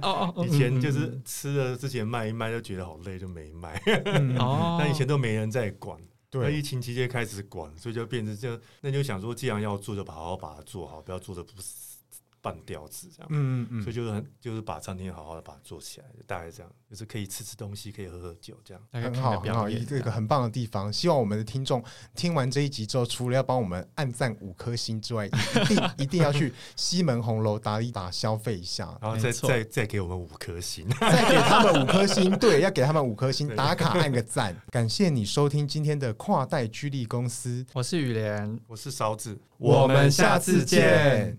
S1: 啊，
S3: 哦哦
S1: 以前就是吃了之前卖一卖就觉得好累，就没卖。 <laughs>
S2: 嗯
S3: 哦，嗯
S1: 那以前都没人在管，那
S2: 对
S1: 疫情期间开始管，所以就变成这样。那就想说，既然要做，就把好好把它做好，不要做的不是半吊子这样。
S2: 嗯嗯
S1: 所以
S2: 嗯，
S1: 就是很就是把餐厅好好的把它做起来，大概这样，就是可以吃吃东西，可以喝喝酒这样。
S3: 大概
S2: 很
S3: 看
S2: 好
S3: 的
S2: 很好，
S3: 表
S2: 一
S3: 演这
S2: 个
S3: 样。
S2: 很棒的地方。希望我们的听众听完这一集之后，除了要帮我们按赞五颗星之外，一
S1: <laughs>
S2: 定一定要去西门红楼打一打消费一下，
S1: 然后
S3: 没
S1: 再
S3: 错
S1: 再再给我们五颗星， <laughs>
S2: 再给他们五颗星，对，要给他们五颗星，
S1: 对
S2: 打卡按个赞。感谢你收听今天的跨代居力公司，
S3: 我是雨莲，
S1: 我是勺子，
S3: 我们下次见。